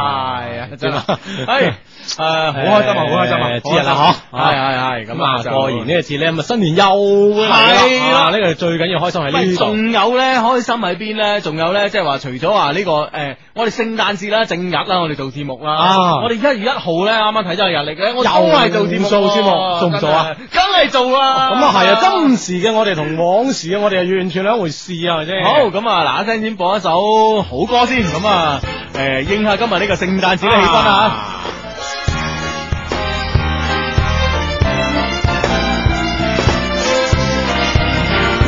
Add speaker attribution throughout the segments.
Speaker 1: 係啊，真 係，係誒，好
Speaker 2: 好開心啊好開心哎啊
Speaker 1: 節日啦嗬
Speaker 2: 好開心，
Speaker 1: 係係係，哎咁
Speaker 2: 咁啊，
Speaker 1: 就
Speaker 2: 過完呢個節咧，咁啊新年又嚟啦，
Speaker 1: 係啦
Speaker 2: 啊呢個最緊要開心喺
Speaker 1: 喂，
Speaker 2: 呢度。
Speaker 1: 仲有咧，開心喺邊咧？仲有咧，即係話除咗話呢個誒、呃我哋聖誕節啦、正日啦，我哋做節目啦，
Speaker 2: 啊
Speaker 1: 我哋一月一號咧，啱啱睇咗日曆咧，我
Speaker 2: 又
Speaker 1: 都係做節目喎，哦
Speaker 2: 做節目做唔做啊
Speaker 1: 真係？梗係做啦，
Speaker 2: 咁啊係啊，今時嘅我哋同往時嘅我哋係完全兩回事啊，係咪先？
Speaker 1: 好，咁啊，嗱一聲先播一首好歌先，咁啊，誒、應下今日呢個聖誕節嘅氣氛啊！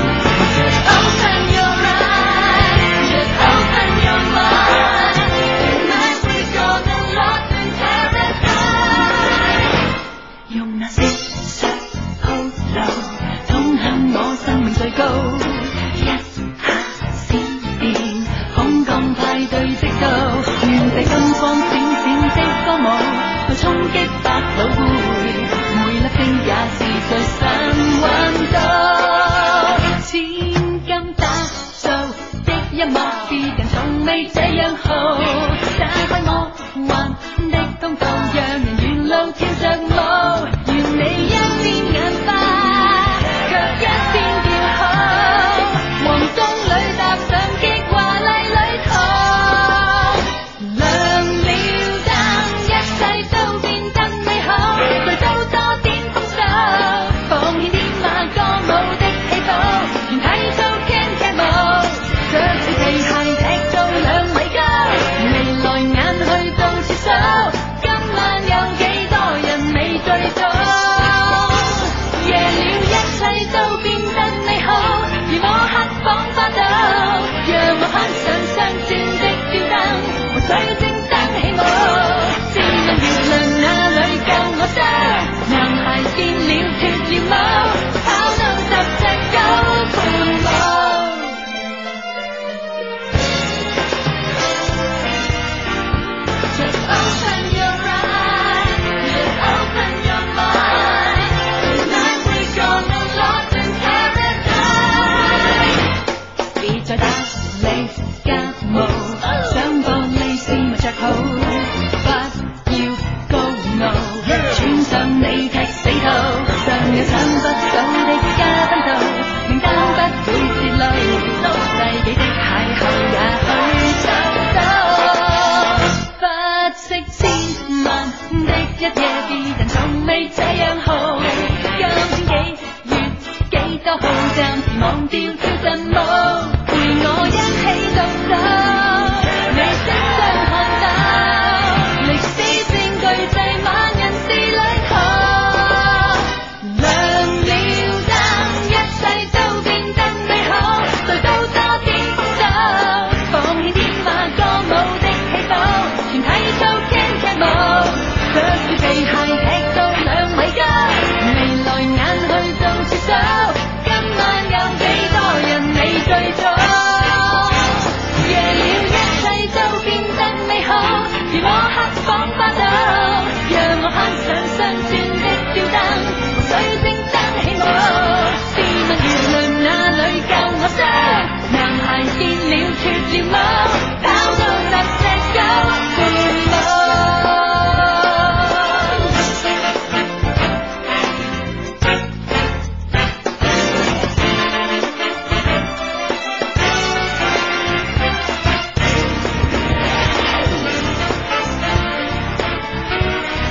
Speaker 3: Open your eyes, just open your mind. Tonight we're gonna lock in paradise. 用那色彩鋪路，通向我生命最高。一下思變，空降派對即到，願這金光閃閃的歌舞，去衝擊百老匯，每粒星也是最想揾到。千金打造的一幕，是人從未這樣好，打開我幻的通道，讓人沿路跳着舞，願你一邊眼花，腳一邊跳好，皇宮裏踏上極華麗旅途。亮了燈，一切都變得美好，來到多點豐收，奉獻天馬歌舞的氣氛，全體都跟劇舞，着住皮鞋踢到兩米高，眉來眼去到處數，今晚有幾多人未醉倒？夜了，一切都變得美好，而我刻仿花抖，讓我攀上雙轉的吊燈，和水晶燈起舞。照亮月亮哪裏夠我得？男孩見了脱了帽，跑到十隻狗伴舞。Just open your eyes, just open your mind. Tonight we're gonna lost in paradise. 別再打理家務，想幫你事物着好，不要高傲，穿上你踢死套，尚有搶不到的加分套，名單不會泄露，世紀的邂逅也許找到。不惜千萬的一夜，別人從未這樣好，今天幾月？幾多號暫時忘掉跳陣舞，陪我一起倒數，你身上看到歷史證據這晚人是旅途。亮了燈，一切都變得美好，來到多點風走，放棄天馬歌舞的起舞，全體都跟劇舞，着住皮鞋踢到兩米高，眉來眼去到處走，今晚有幾多人你最早？夜了，一切都變得美好，而我黑房花抖，讓我攀上雙轉的吊燈，和水晶燈起舞。試問月亮哪裏夠我傷？男孩見了脱了帽，跑到十隻狗伴舞。Just open your eyes, just open your mind.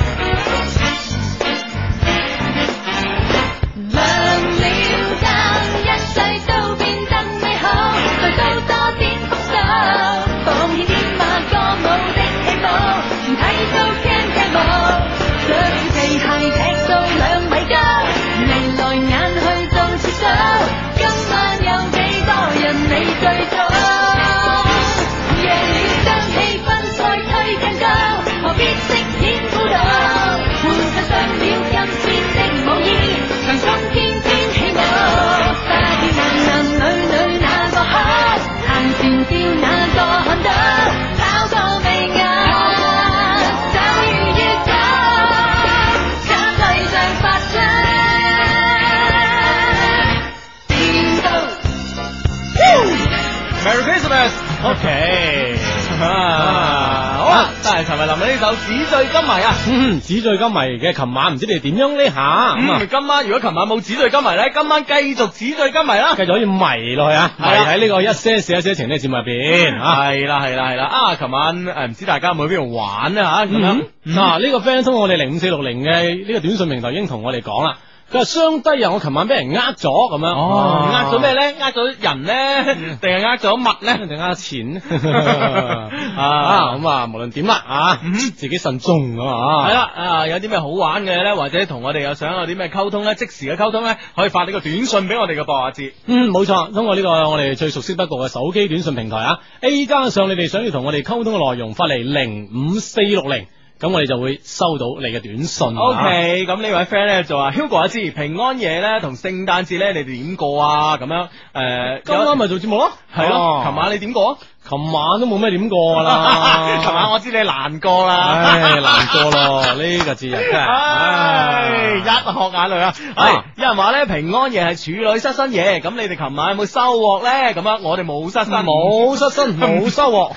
Speaker 1: 係陳慧琳嘅呢首《紙醉金迷》啊。
Speaker 2: 嗯，紙醉金迷嘅，琴晚唔知你哋點樣呢下咁啊
Speaker 1: 咁，今晚如果琴晚冇紙醉金迷咧，今晚繼續紙醉金迷啦。
Speaker 2: 繼續可以迷落去啊，迷
Speaker 1: 係啊
Speaker 2: 喺呢個一些事一些情呢個節目入邊啊。
Speaker 1: 係啦係啦係啦啊！琴晚誒唔知大家有冇去邊度玩啊吓咁樣
Speaker 2: 嗯，啊，呢個 friend 通過我哋零五四六零嘅呢個短信平台已經同我哋講啦。佢話雙低啊，我琴晚俾人呃咗咁樣，
Speaker 1: 哦
Speaker 2: 嗯
Speaker 1: 呃咗咩？咧？呃咗人咧，定係呃咗物咧？
Speaker 2: 定 呃錢
Speaker 1: 啊
Speaker 2: 啊？咁啊，無論點啦啊，
Speaker 1: 嗯
Speaker 2: 自己慎重啊。
Speaker 1: 係啦，啊有啲咩好玩嘅咧，或者同我哋又想有啲咩溝通咧，即時嘅溝通咧，可以發呢個短信俾我哋嘅博雅節。
Speaker 2: 嗯，冇錯，通過呢個我哋最熟悉不過嘅手機短信平台啊，A 加上你哋想要同我哋溝通嘅內容，發嚟零五四六零，咁我哋就會收到你嘅短信啊。
Speaker 1: O K，咁呢位 friend 咧就話 Hugo 阿芝平安夜咧同聖誕節咧，你哋點過啊？咁樣誒，
Speaker 2: 今晚咪做節目咯，
Speaker 1: 係咯，
Speaker 2: 哦
Speaker 1: 琴晚你點 過啊？
Speaker 2: 琴晚都冇咩點過㗎啦，
Speaker 1: 琴晚我知你難過啦。
Speaker 2: 唉難過咯，呢個節日真係，
Speaker 1: 唉，哎一學眼
Speaker 2: 唉
Speaker 1: 淚啊！係
Speaker 2: 啊
Speaker 1: 有人話咧，平安夜係處女失身夜，咁你哋琴晚有冇收穫咧？咁啊樣我哋冇失身，
Speaker 2: 冇失 身冇收穫，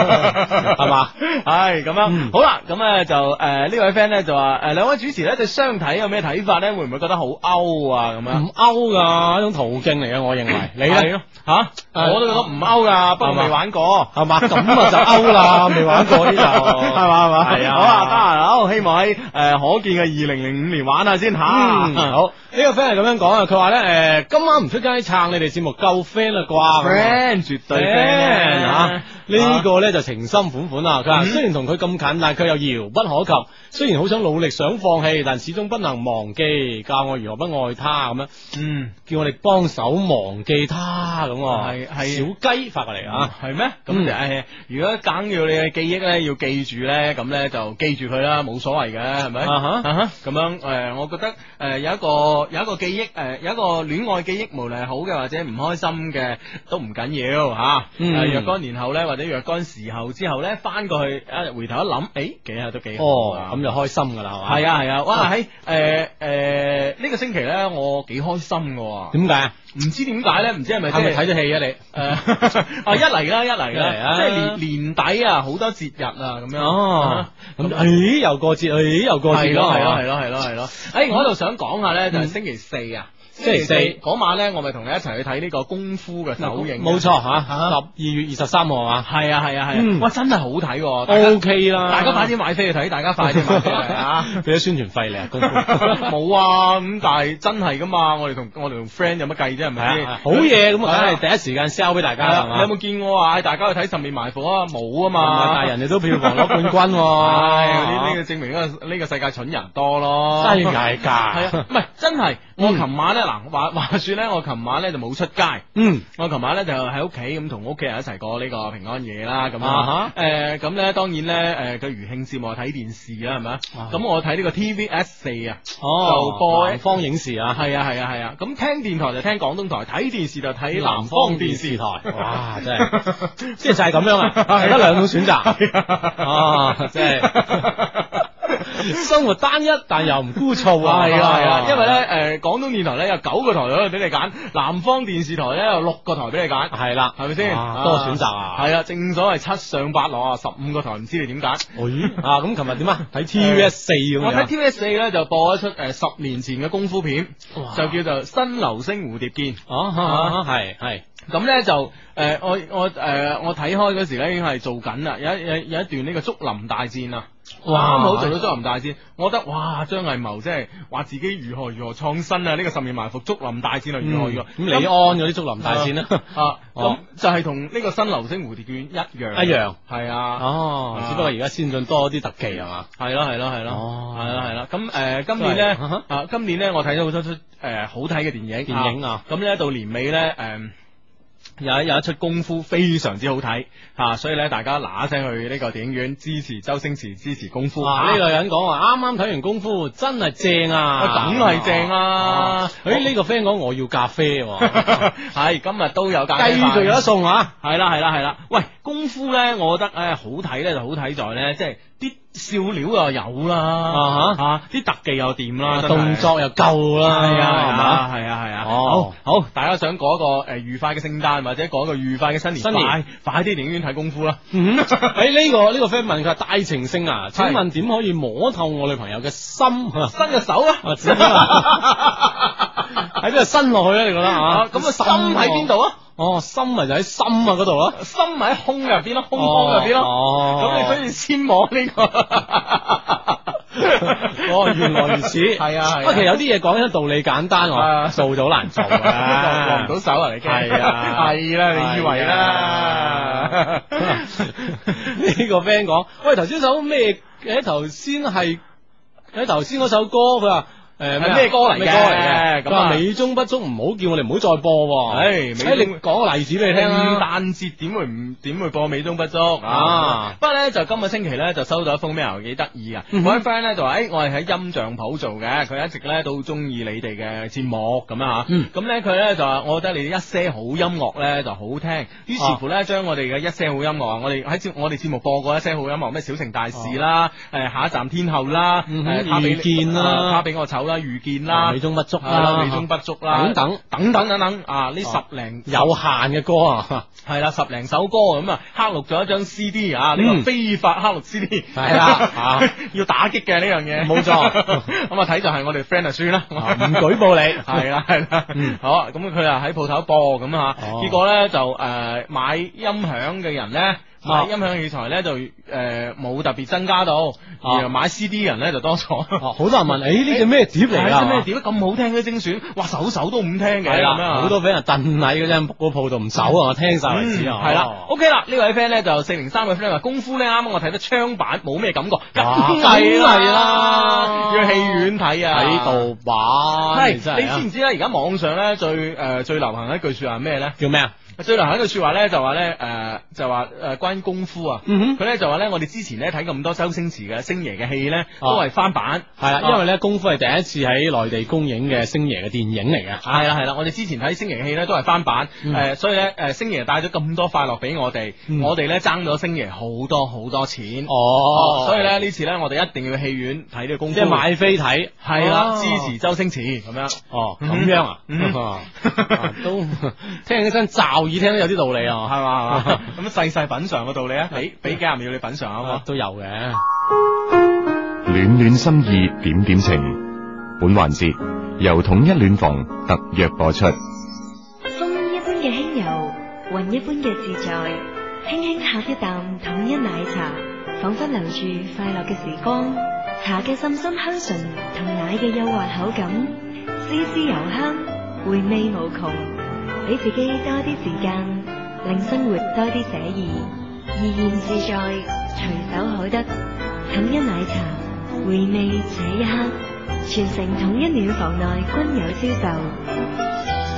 Speaker 2: 係嘛？？
Speaker 1: 係咁樣，
Speaker 2: 嗯
Speaker 1: 好啦，咁啊咧就誒呢位 friend 咧就話誒兩位主持咧對相睇有咩睇法咧？會唔會覺得好歐啊？咁樣
Speaker 2: 唔勾噶，一種途徑嚟嘅，我 認為。你
Speaker 1: 係
Speaker 2: 咧
Speaker 1: 咯吓，
Speaker 2: 誒
Speaker 1: 我都覺得唔歐噶，不過
Speaker 2: 係嘛
Speaker 1: 未玩過。
Speaker 2: 係嘛？呃啊咁啊 就勾 啦，未玩過呢
Speaker 1: 係
Speaker 2: 就
Speaker 1: 嘛係嘛，
Speaker 2: 係啊，
Speaker 1: 好啊，得閒啊好希望喺誒可見嘅二零零五年玩下先吓。
Speaker 2: 嗯，好，呢個 friend 係咁樣講啊，佢話咧，誒，今晚唔出街撐你哋節目夠 friend 啦啩咁樣
Speaker 1: friend 絕對 friend
Speaker 2: friend
Speaker 1: 啊
Speaker 2: 啊！
Speaker 1: 呢
Speaker 2: 呢
Speaker 1: 個
Speaker 2: 個咧就情深款款啊啦。佢話
Speaker 1: 嗯
Speaker 2: 雖然同佢咁近，但係佢又遙不可及。雖然好想努力想放棄，但始終不能忘記教我如何不愛他咁樣，
Speaker 1: 嗯
Speaker 2: 叫我哋幫手忘記他咁啊。
Speaker 1: 係係
Speaker 2: 小雞發過嚟啊！
Speaker 1: 係咩？咁
Speaker 2: 嗯
Speaker 1: 就誒，如果梗要你嘅記憶咧，要記住咧，咁咧就記住佢啦，冇所謂嘅，係咪？
Speaker 2: 啊哈
Speaker 1: 哈咁樣誒，我覺得誒有一個有一個記憶誒有一個戀愛記憶，無論係好嘅或者唔開心嘅都唔緊要嚇。
Speaker 2: 嗯
Speaker 1: 誒若干年後咧，或者若干時候之後咧，翻過去一回頭一諗，誒幾下都幾好啊
Speaker 2: 哦，咁就開心噶啦，係嘛？
Speaker 1: 係
Speaker 2: 啊，
Speaker 1: 啊係啊，哇喺誒誒呢個星期咧，我幾開心嘅喎，
Speaker 2: 點解啊？
Speaker 1: 唔知點解咧，唔知係咪
Speaker 2: 係咪睇咗戲啊你？
Speaker 1: 誒啊一嚟啦一嚟
Speaker 2: 一嚟
Speaker 1: 啦，
Speaker 2: 啊
Speaker 1: 即係年年底啊，好多節日啊咁樣。
Speaker 2: 哦，咁誒又過節，誒又過
Speaker 1: 係
Speaker 2: 節
Speaker 1: 咯
Speaker 2: 咯，嗯
Speaker 1: 係咯係咯係咯係咯，誒我喺度想講下咧，就係星期四啊，
Speaker 2: 星期四
Speaker 1: 嗰晚咧，我咪同你一齊去睇呢個功夫嘅首映，
Speaker 2: 冇錯吓，十
Speaker 1: 啊
Speaker 2: 二月二十三號啊
Speaker 1: 係啊係啊係啊，
Speaker 2: 嗯哦
Speaker 1: 哇真係好睇喎，
Speaker 2: 嘛
Speaker 1: 大家
Speaker 2: ，OK 啦，
Speaker 1: 大家快啲買飛去睇，大家快啲買飛去睇啊！
Speaker 2: 俾咗宣傳費你啊， 功夫
Speaker 1: 冇啊，咁但係真係噶嘛，我哋同我哋同 friend 有乜計啫，係
Speaker 2: 係
Speaker 1: 咪先
Speaker 2: 啊，？好嘢咁啊，
Speaker 1: 係啊
Speaker 2: 梗係第一時間 sell 俾大
Speaker 1: 係
Speaker 2: 家啦係
Speaker 1: 啊
Speaker 2: 嘛，
Speaker 1: 你有冇見我話嗌大家去睇《十面埋伏》啊？冇啊
Speaker 2: 嘛？
Speaker 1: 嘛，
Speaker 2: 但係人哋都票房攞冠軍
Speaker 1: 唉，呢呢
Speaker 2: 喎，
Speaker 1: 個證明呢個呢個世界蠢人多咯，
Speaker 2: 真係
Speaker 1: 係
Speaker 2: 㗎
Speaker 1: 啊，，唔係真係，我
Speaker 2: 嗯
Speaker 1: 琴晚咧嗱，話 話說咧，我琴晚咧就冇出街。
Speaker 2: 嗯，
Speaker 1: 我琴晚咧就喺屋企咁同屋企人一齊過呢個平安夜啦，咁啊
Speaker 2: 啊，
Speaker 1: 誒咁咧當然咧誒個餘慶節目係睇電視啦，係咪啊？
Speaker 2: 哇
Speaker 1: 咁我睇呢個 TVS 四啊，就
Speaker 2: 哦，
Speaker 1: 播
Speaker 2: 南方影視啊。
Speaker 1: 係啊係啊係啊，咁聽電台就聽廣東台，睇電視就睇南方電視台，
Speaker 2: 哇！真係，即係就係咁 樣啊，係得兩種選擇啊，真係 生活單一，但又唔枯燥啊，
Speaker 1: 係啊係啊，因為咧誒廣東電台咧有九個台可以俾你揀，南方電視台咧有六個台俾你揀，
Speaker 2: 係啦，
Speaker 1: 係咪先？
Speaker 2: 哇多選擇啊，
Speaker 1: 係啊，正所謂七上八落啊，十五個台唔知你點揀。
Speaker 2: 咦啊咁，琴日點 啊？睇哦 TVS 四咁
Speaker 1: 我睇
Speaker 2: 樣，
Speaker 1: TVS 四咧就播一出誒十年前嘅功夫片，就叫做《新流星蝴蝶劍》。
Speaker 2: 哦，係係
Speaker 1: 咁咧就誒、呃我我誒、呃我睇開嗰時咧已經係做緊啦，有一有一有一段呢個竹林大戰啊，
Speaker 2: 哇
Speaker 1: 啱好做到竹林大戰，我覺得哇張藝謀真係話自己如何如何創新啊，呢、個十面埋伏竹林大戰啊如何如何，
Speaker 2: 嗯咁李安嗰啲竹林大戰啦，
Speaker 1: 啊咁
Speaker 2: 哦
Speaker 1: 就係同呢個新流星蝴蝶劍一樣，
Speaker 2: 一樣
Speaker 1: 係啊，
Speaker 2: 哦，只不過而家先進多啲特技係嘛，
Speaker 1: 係咯係咯係咯。
Speaker 2: 哦
Speaker 1: 係啦係啦，咁誒、呃今年咧
Speaker 2: 真係
Speaker 1: 啊，今年咧我睇咗好多出誒、呃好睇嘅電影，
Speaker 2: 電影啊，
Speaker 1: 咁咧、到年尾咧誒。呃有一有一出功夫非常之好睇吓、啊所以咧大家嗱嗱聲去呢個電影院支持周星馳，支持功夫。
Speaker 2: 哇！呢個人講話啱啱睇完功夫，真係正啊，
Speaker 1: 啊梗係正啦
Speaker 2: 啊！誒呢個 friend 講我要咖啡喎，
Speaker 1: 係、今日都有
Speaker 2: 繼
Speaker 1: 咖啡飯
Speaker 2: 續有得送啊！
Speaker 1: 係啦係啦係啦，喂，功夫咧，我覺得诶好睇咧就好睇在咧，即係啲笑料又有啦
Speaker 2: 啊，
Speaker 1: 吓啲特技又掂啦，真係
Speaker 2: 動作又夠
Speaker 1: 係
Speaker 2: 啦，
Speaker 1: 啊係
Speaker 2: 係嘛
Speaker 1: 啊係啊係啊，
Speaker 2: 哦
Speaker 1: 好好，大家想過一個诶愉快嘅聖誕或者過一個愉快嘅新年，
Speaker 2: 新年
Speaker 1: 快快啲電影院睇功夫 啦，
Speaker 2: 嗯，诶呢個呢個 friend 問佢話大情聖啊，請
Speaker 1: 係
Speaker 2: 問點可以摸透我女朋友嘅心？
Speaker 1: 伸個手啦。
Speaker 2: 啊，指 啊喺邊度伸落去咧？你覺得
Speaker 1: 啊
Speaker 2: 啊？
Speaker 1: 咁啊，心喺邊度啊？
Speaker 2: 哦？哦，心咪就喺心啊嗰度咯，
Speaker 1: 心咪喺胸入邊咯，胸腔入啊邊咯。
Speaker 2: 哦，
Speaker 1: 咁你所以先摸呢個。
Speaker 2: 哦，原來如此，
Speaker 1: 係啊係啊
Speaker 2: 其實有啲嘢講得道理簡單
Speaker 1: 啊
Speaker 2: 喎，做到難做
Speaker 1: 落
Speaker 2: 啊
Speaker 1: 唔到。手啊！你驚
Speaker 2: 係啊
Speaker 1: 係啦，你以為啦？
Speaker 2: 呢個 friend 講，喂，頭先首咩？誒，頭先係喺頭先嗰首歌，佢話誒
Speaker 1: 係
Speaker 2: 啊
Speaker 1: 咩歌嚟嘅
Speaker 2: 咩歌嚟嘅？
Speaker 1: 咁
Speaker 2: 佢
Speaker 1: 啊
Speaker 2: 話美中不足，唔好叫我哋唔好再播喎。
Speaker 1: 唉
Speaker 2: 誒
Speaker 1: 美啊
Speaker 2: 你
Speaker 1: 中
Speaker 2: 講個例子俾你聽
Speaker 1: 聖
Speaker 2: 啦。
Speaker 1: 誕節點會唔點會播美中不足啊
Speaker 2: 啊？
Speaker 1: 不過咧就今個星期咧就收到一封 mail 幾得意噶，啊
Speaker 2: 嗯哼
Speaker 1: 我啲 friend 咧就話：，哎誒我係喺音像鋪做嘅，佢一直咧都好中意你哋嘅節目咁啊
Speaker 2: 嗯
Speaker 1: 咁咧佢咧就話：我覺得你一些好音樂咧就好聽，於是乎
Speaker 2: 啊
Speaker 1: 咧將我哋嘅一些好音樂啊，我哋喺節我哋節目播過一些好音樂，咩小城大事啦，誒下一站天后啦，
Speaker 2: 嗯哼
Speaker 1: 誒他俾
Speaker 2: 遇見啦啊
Speaker 1: 啊他俾我醜啦，遇見啦
Speaker 2: 美，中不足
Speaker 1: 係啦
Speaker 2: 啦，啊
Speaker 1: 美中不足啦，
Speaker 2: 等等
Speaker 1: 等等等等啊，呢十零
Speaker 2: 有限嘅歌 啊，
Speaker 1: 系啦，十零首歌咁啊，刻錄咗一張 CD 啊，呢個
Speaker 2: 嗯
Speaker 1: 非法刻錄 CD
Speaker 2: 係啦啊
Speaker 1: 要打擊嘅呢樣嘢，
Speaker 2: 冇錯
Speaker 1: 咁啊睇就係我哋 friend 就算啦，
Speaker 2: 啊唔舉報你
Speaker 1: 係啊啦係啦
Speaker 2: 嗯，
Speaker 1: 好啊咁佢啊喺鋪頭播咁啊，
Speaker 2: 哦
Speaker 1: 結果咧就诶買音響嘅人咧。買
Speaker 2: 啊
Speaker 1: 音響器材咧就誒冇、特別增加到，而
Speaker 2: 啊
Speaker 1: 買 CD 人咧就多咗。
Speaker 2: 哦啊好多人問，誒呢隻咩碟嚟
Speaker 1: 係啊
Speaker 2: 㗎？
Speaker 1: 咩碟咁好聽嘅精選，哇首首都唔聽嘅，咁
Speaker 2: 係
Speaker 1: 樣啊
Speaker 2: 啦，好多俾人燉禮嘅啫，個鋪度唔走啊，我聽晒為止啊。
Speaker 1: 系嗯啦
Speaker 2: 哦
Speaker 1: ，OK 啦，呢位 friend 咧就四零三嘅 friend 話功夫咧啱啱我睇得槍版冇咩感覺，梗
Speaker 2: 哇
Speaker 1: 係
Speaker 2: 梗係啦
Speaker 1: 要去戲院睇啊，
Speaker 2: 喺度玩，真
Speaker 1: 係
Speaker 2: 係
Speaker 1: 你
Speaker 2: 啊
Speaker 1: 知唔知咧？而家網上咧最诶最流行一句说話係咩咧？
Speaker 2: 叫咩啊？
Speaker 1: 最流行一句说話咧就話咧诶就話诶關於功夫啊，
Speaker 2: 嗯哼
Speaker 1: 佢咧就話咧我哋之前咧睇咁多周星馳嘅星爺嘅戲咧
Speaker 2: 哦
Speaker 1: 都係翻版，
Speaker 2: 系啦，
Speaker 1: 啊
Speaker 2: 因為咧功夫係第一次喺內地公映嘅星爺嘅電影嚟嘅。
Speaker 1: 系啦系啦，我哋之前睇星爺嘅戲咧都係翻版，誒、
Speaker 2: 啊
Speaker 1: 呃
Speaker 2: 嗯
Speaker 1: 所以咧誒星爺帶咗咁多快樂俾我哋，
Speaker 2: 嗯
Speaker 1: 我哋咧爭咗星爺好多好多錢，
Speaker 2: 哦
Speaker 1: 所以咧呢次咧我哋一定要去戲院睇呢個功夫，
Speaker 2: 即係買飛睇，
Speaker 1: 係啦，
Speaker 2: 哦
Speaker 1: 支持。周星馳咁樣。
Speaker 2: 哦，
Speaker 1: 嗯
Speaker 2: 咁樣啊
Speaker 1: 嗯，
Speaker 2: 啊 都聽起身罩耳聽都有啲道理啊，
Speaker 1: 係嘛係嘛，嗯 咁細細品嘗個道理啊，俾俾幾廿秒你品嘗啊
Speaker 2: 啊
Speaker 1: 嘛。
Speaker 2: 都有嘅。
Speaker 4: 暖暖心意點點情。本環節由統一暖房特約播出。
Speaker 5: 風一般嘅輕柔，雲一般嘅自在，輕輕呷一啖統一奶茶，仿佛留住快樂嘅時光。茶嘅沁心香醇同奶嘅幼滑口感，絲絲油香，回味無窮。俾自己多啲時間，令生活多啲寫意，怡然自在，隨手可得。統一奶茶，回味這一刻，全城統一暖房內均有銷售。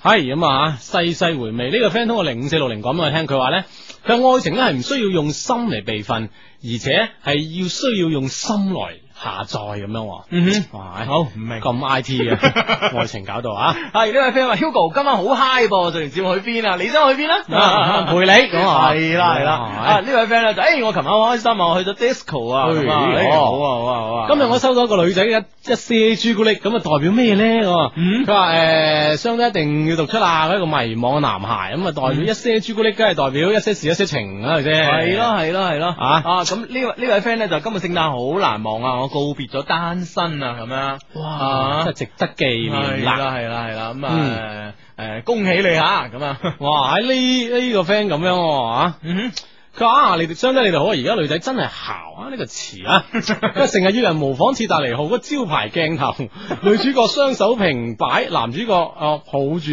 Speaker 2: 係咁啊，細細回味呢、個 friend 通過零五四六零講俾我聽，佢話咧，佢話愛情咧係唔需要用心嚟備份，而且係要需要用心來下載咁樣喎。
Speaker 1: 嗯哼。
Speaker 2: 哇，
Speaker 1: 好唔明
Speaker 2: 咁 I T 嘅愛情搞到啊！
Speaker 1: 係呢位 friend 話 Hugo 今晚好 high 噃，做完節目去邊啊？你想去邊啊？
Speaker 2: 啊陪你咁啊
Speaker 1: 係啦係啦。
Speaker 2: 啊
Speaker 1: 啊呢位 friend 咧就誒我琴晚好開心啊，我去咗 disco 啊，咁啊
Speaker 2: 哎
Speaker 1: 哎
Speaker 2: 哦
Speaker 1: 好啊好啊好啊。
Speaker 2: 今日我收到一個女仔嘅一一些朱古力，咁啊代表咩咧？咁啊
Speaker 1: 嗯
Speaker 2: 佢話诶，相低一定要讀出啦，佢一個迷茫嘅男孩，咁啊代表一些朱古力，梗係代表一些事一些情啊啦，係咪先？
Speaker 1: 嗯系咯系咯系咯
Speaker 2: 哎啊
Speaker 1: 啊！咁呢位呢位 friend 咧就今日聖誕好難忘啊！我告別咗單身啊，咁樣
Speaker 2: 哇，
Speaker 1: 啊
Speaker 2: 真係值得紀念
Speaker 1: 係
Speaker 2: 啦！
Speaker 1: 啦係啦係啦咁啊
Speaker 2: 嗯
Speaker 1: 誒恭喜你吓咁啊！
Speaker 2: 哇，喺呢呢個 friend 咁樣喎啊！
Speaker 1: 嗯
Speaker 2: 佢話啊，你哋相低你哋好啊！而家女仔真係姣啊，呢、個詞啊，佢成日要人模仿《鐵達尼號》嗰招牌鏡頭，女主角雙手平擺，男主角啊抱住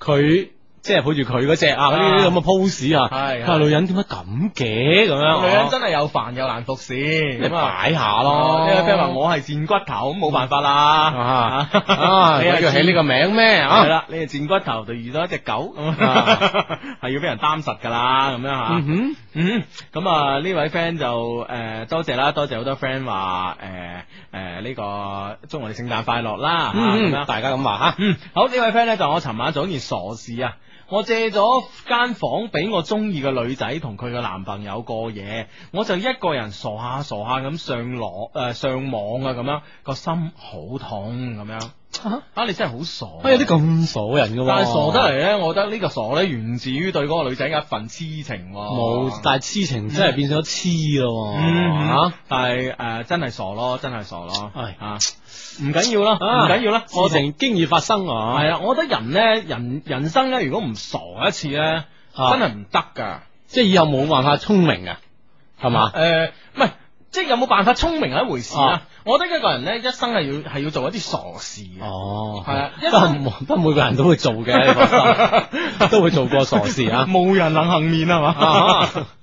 Speaker 2: 佢，即係抱住佢嗰只啊，呢啲咁嘅 pose 啊，
Speaker 1: 係係
Speaker 2: 佢話女人點解咁嘅咁
Speaker 1: 哼，
Speaker 2: 樣？啊
Speaker 1: 女人真係又煩又難服侍，
Speaker 2: 你
Speaker 1: 咁啊
Speaker 2: 擺下
Speaker 1: 呢
Speaker 2: 咯，
Speaker 1: 位 friend 話我係賤骨頭，咁冇辦法啦。
Speaker 2: 啊 啊，
Speaker 1: 你
Speaker 2: 你
Speaker 1: 係
Speaker 2: 叫起呢個名咩啊？
Speaker 1: 係啦，你 係賤骨頭就遇到一隻狗，咁
Speaker 2: 啊
Speaker 1: 係要俾人擔實噶啦，咁樣吓。
Speaker 2: 嗯哼，
Speaker 1: 嗯，咁啊呢位 friend 就诶、呃多謝啦，多謝好多 friend 話诶诶呢個祝我哋聖誕快樂啦，嚇咁
Speaker 2: 嗯，
Speaker 1: 樣
Speaker 2: 大家咁話吓，
Speaker 1: 嗯，好呢位 friend 咧就我尋晚做一件傻事啊。我借咗間房俾我中意嘅女仔同佢嘅男朋友過夜，我就一個人傻下傻下咁上網誒、呃上網啊咁樣，個心好痛咁樣。 啊，你真係好傻啊、
Speaker 2: 啊有啲咁傻嘅人嘅喎，
Speaker 1: 但係傻得嚟咧，我覺得呢個傻咧源自於對嗰個女仔嘅一份痴情喎。
Speaker 2: 冇，但係痴情真係變咗痴咯喎，
Speaker 1: 哦
Speaker 2: 啊
Speaker 1: 嗯
Speaker 2: 嚇
Speaker 1: 吓，但係誒真係傻咯，真係傻咯。
Speaker 2: 係
Speaker 1: 啊，唔緊要啦，
Speaker 2: 啊
Speaker 1: 唔緊要啦，我
Speaker 2: 事情經已發生啊，
Speaker 1: 系啊，我覺得人咧，人人生咧，如果唔傻一次咧，
Speaker 2: 啊
Speaker 1: 真係唔得噶，
Speaker 2: 即係以後冇辦法聰明啊，係嘛？
Speaker 1: 诶，呃唔係，即係有冇辦法聰明係一回事
Speaker 2: 啊
Speaker 1: 啊？我覺得一個人咧，一生係要系要做一啲傻事嘅。
Speaker 2: 哦，
Speaker 1: 係啊
Speaker 2: 不過唔不過每個人都會做嘅，你 放心都會做過傻事啊。
Speaker 1: 冇人能幸免啊
Speaker 2: 啊
Speaker 1: 嘛。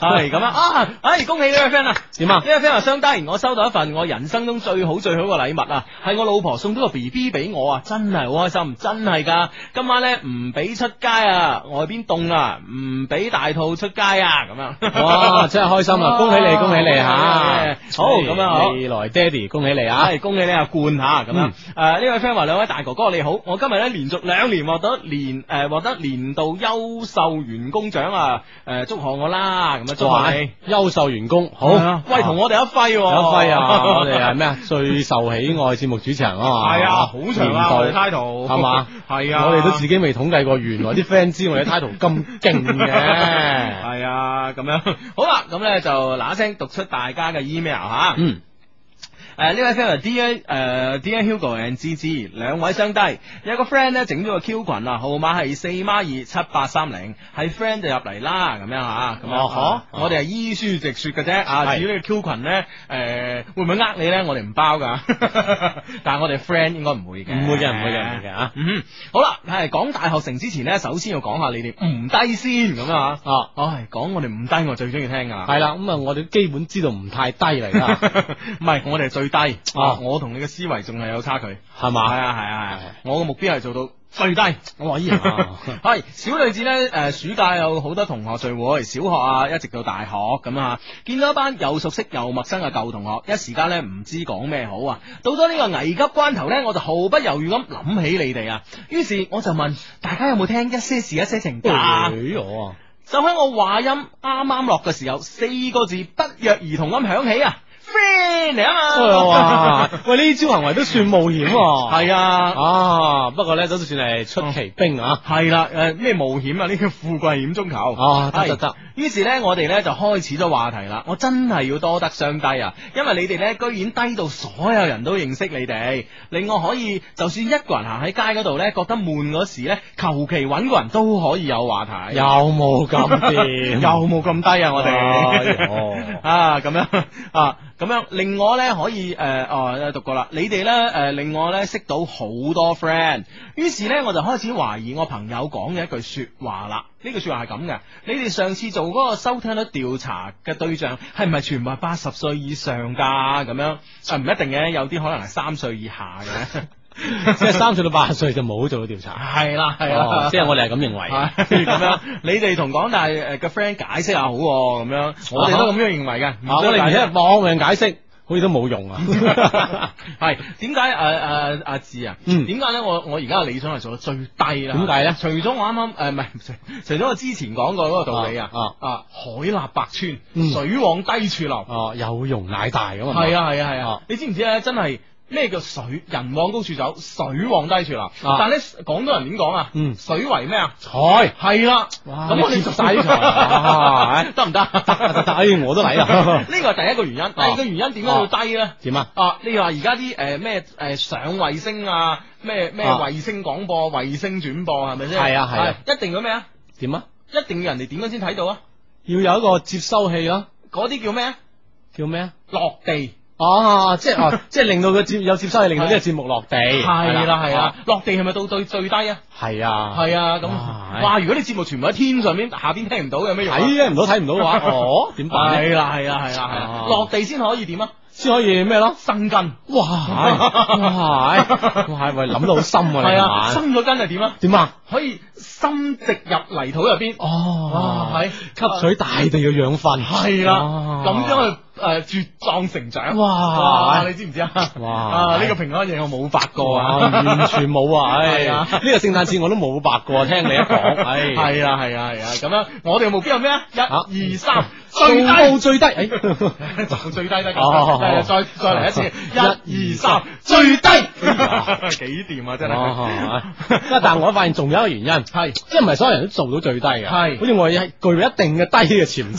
Speaker 1: 係咁樣啊！唉，恭喜呢位 friend 啊！
Speaker 2: 點啊
Speaker 1: 呢位 friend 話相低，我收到一份我人生中最好最好嘅禮物啊，係我老婆送咗個 B B 俾我啊，真係好開心，真係噶！今晚咧唔俾出街啊，外邊凍啊，唔俾大肚出街啊，咁樣。
Speaker 2: 哇，真係開心啊！恭喜你，恭喜你吓
Speaker 1: 啊！好咁樣好
Speaker 2: 未來爹哋，恭喜你啊！
Speaker 1: 系恭喜你啊，冠吓咁樣。诶，呢位 friend 話兩位大哥哥你好，我今日咧連續兩年獲得年诶获得年度優秀員工獎啊！诶，祝賀我啦，咁啊祝
Speaker 2: 哇
Speaker 1: 賀你。，
Speaker 2: 優秀員工，好
Speaker 1: 係啊，喂，同我哋一揮喎，有
Speaker 2: 有 輝啊！ 我哋係咩啊？最受喜愛節目主持人啊嘛，
Speaker 1: 係啊，好長啊，我哋
Speaker 2: 年度
Speaker 1: title
Speaker 2: 係嘛？
Speaker 1: 係啊，
Speaker 2: 我哋都自己未統計過，原來啲 friend 知我哋 title 咁勁 嘅，
Speaker 1: 係啊，咁樣好啦，咁咧就嗱一聲讀出大家嘅 email 吓。
Speaker 2: 嗯。
Speaker 1: 诶，呢位 friend 話 Dear 诶 Dear 呃 Hugo and G G 兩位相低，有個 friend 咧整咗個 Q 群啊，號碼係四孖二七八三零，係 friend 就入嚟啦，咁樣吓，咁樣
Speaker 2: 哦呵
Speaker 1: 啊我哋係依書直說嘅啫，啊，
Speaker 2: 係
Speaker 1: 至於呢個 Q 群咧，诶，會唔會呃你咧？我哋唔包噶， 但係我哋 friend 應該唔會嘅，
Speaker 2: 唔會嘅唔會嘅唔會嘅啊
Speaker 1: 嗯，好啦，係講大學城之前咧，首先要講下你哋唔低先咁啊，
Speaker 2: 啊，
Speaker 1: 唉，講我哋唔低，我最中意聽噶，
Speaker 2: 系啦，咁啊，我哋基本知道唔太低嚟啦，
Speaker 1: 唔係，我哋係最低。啊
Speaker 2: 哦
Speaker 1: 我同你嘅思維仲係有差距。
Speaker 2: 係
Speaker 1: 係
Speaker 2: 嘛？
Speaker 1: 啊，係啊，係啊。我嘅目標係做到最低。
Speaker 2: 我話依人啊，
Speaker 1: 係小女子呢，誒、暑假有好多同學聚會，小學啊，一直到大學咁啊，見到一班又熟悉又陌生嘅舊同學，一時間呢唔知講咩好啊。到咗呢個危急關頭呢，我就毫不猶豫咁諗起你哋啊。於是我就問大家有冇聽一些事一些情㗎？
Speaker 2: 哎呦，
Speaker 1: 就喺我話音啱啱落嘅時候，四個字不約而同咁響起啊，friend 嚟啊
Speaker 2: 哎 哇
Speaker 1: 嘛，！
Speaker 2: 喂，呢招行為都算冒險喎，
Speaker 1: 係啊。
Speaker 2: 啊，不過咧都算係出奇兵啊，
Speaker 1: 係啦，诶咩冒險啊？呢個富貴險中求
Speaker 2: 啊
Speaker 1: 哎
Speaker 2: 得得得。
Speaker 1: 於是呢，我哋呢就開始咗話題啦。我真係要多得相低啊，因為你哋呢居然低到所有人都認識你哋，令我可以就算一個人行喺街嗰度呢，覺得悶嗰時呢，求其揾個人都可以有話題。
Speaker 2: 有冇咁 掂？
Speaker 1: 有冇咁低啊？我
Speaker 2: 哎
Speaker 1: 哋
Speaker 2: 呦
Speaker 1: 啊，咁樣啊，咁樣令我咧可以诶，哦、讀過啦。你哋咧呃诶，令我咧識到好多 friend。於是咧，我就開始懷疑我朋友講嘅一句说話啦。呢句说話係咁嘅，你哋上次做嗰個收聽率調查嘅對象係咪全部係八十歲以上㗎？咁樣啊，唔一定嘅，有啲可能係三歲以下嘅。
Speaker 2: 即係三歲到八十歲就冇做到調查，
Speaker 1: 係啦，係
Speaker 2: 哦
Speaker 1: 啦，
Speaker 2: 即係我哋係咁認 為，
Speaker 1: 係啊咁 樣，你哋同廣大誒嘅呃 friend 解釋下好喎，咁樣我哋都咁樣認為嘅。唔
Speaker 2: 啊，我
Speaker 1: 需
Speaker 2: 哋
Speaker 1: 要
Speaker 2: 而
Speaker 1: 解
Speaker 2: 家
Speaker 1: 釋
Speaker 2: 搏命解釋，好似都冇用 啊，
Speaker 1: 係點解誒誒阿志啊？
Speaker 2: 嗯
Speaker 1: 點解咧？我我而家嘅理想係做到最低啦。
Speaker 2: 點解呢
Speaker 1: 除咗我啱啱呃誒唔係，除除咗我之前講過嗰個道理啊
Speaker 2: 啊
Speaker 1: 啊，海納百川，
Speaker 2: 嗯
Speaker 1: 水往低處流。
Speaker 2: 哦，有容乃大咁啊，
Speaker 1: 係啊係啊係
Speaker 2: 啊
Speaker 1: 啊！你知唔知咧？真係咩叫水？人往高處走，水往低處流。
Speaker 2: 啊
Speaker 1: 但係咧，廣東人點講啊？
Speaker 2: 嗯
Speaker 1: 水為咩啊？
Speaker 2: 彩，
Speaker 1: 係啦，
Speaker 2: 哇
Speaker 1: 咁我
Speaker 2: 你
Speaker 1: 哋
Speaker 2: 接觸 晒呢場啊
Speaker 1: 得唔得？
Speaker 2: 得得得，哎，我都嚟啊，
Speaker 1: 呢個係第一個原因，第二個原因點解會低咧？
Speaker 2: 點啊？
Speaker 1: 啊！你話而家啲誒咩誒上衛星啊，咩咩
Speaker 2: 啊
Speaker 1: 衛星廣播、衛星轉播係咪先？
Speaker 2: 係啊係啊
Speaker 1: 係一定要咩啊？
Speaker 2: 點啊？
Speaker 1: 一定要人哋點樣先睇到啊？
Speaker 2: 要有一個接收器咯，
Speaker 1: 嗰啲叫咩啊？
Speaker 2: 叫咩啊？
Speaker 1: 落地
Speaker 2: 哦，即系哦，即系令到佢接有接收器，令到呢個節目落地。啊
Speaker 1: 係啦係啦，，落地係咪到最最低啊？
Speaker 2: 係啊，
Speaker 1: 係啊，咁
Speaker 2: 哇
Speaker 1: 哇！如果你節目全部喺天上邊下邊聽唔到，有咩用啊？
Speaker 2: 睇都唔到睇唔到嘅話，哦，點辦咧？
Speaker 1: 係啦係啦係啦係啦
Speaker 2: 啊，
Speaker 1: 落地先可以點啊？
Speaker 2: 先可以咩咯？
Speaker 1: 生根。
Speaker 2: 哇，哇，哇，喂，諗到好深啊！
Speaker 1: 係
Speaker 2: 你
Speaker 1: 啊，
Speaker 2: 啊，
Speaker 1: 生咗根係點啊？
Speaker 2: 點啊？
Speaker 1: 可以深植入泥土入邊。
Speaker 2: 哦，
Speaker 1: 哇係
Speaker 2: 吸取大地嘅養分，
Speaker 1: 係啦，
Speaker 2: 哇
Speaker 1: 啊咁將佢誒茁壯成長。
Speaker 2: 哦哇
Speaker 1: 你知唔知啊？
Speaker 2: 哇
Speaker 1: 啊，呢個平安夜我冇發過
Speaker 2: 哇，
Speaker 1: 啊。
Speaker 2: 完全冇啊！唉，
Speaker 1: 係啊
Speaker 2: 呢個聖誕節我都冇白過，聽你一講，唉，
Speaker 1: 係啊係啊係啊，咁樣我哋嘅目標係咩啊？一、二、 三，最
Speaker 2: 最
Speaker 1: 低
Speaker 2: 高最低，唉
Speaker 1: 就 最低得㗎，
Speaker 2: 哦
Speaker 1: 係啊再再嚟一次，一、二、三，最 低，幾掂啊！真 係。
Speaker 2: 哦， 係但係我發現仲有一個原因，係即係唔係所有人都做到最低嘅，
Speaker 1: 係
Speaker 2: 好似我係具備一定嘅低嘅潛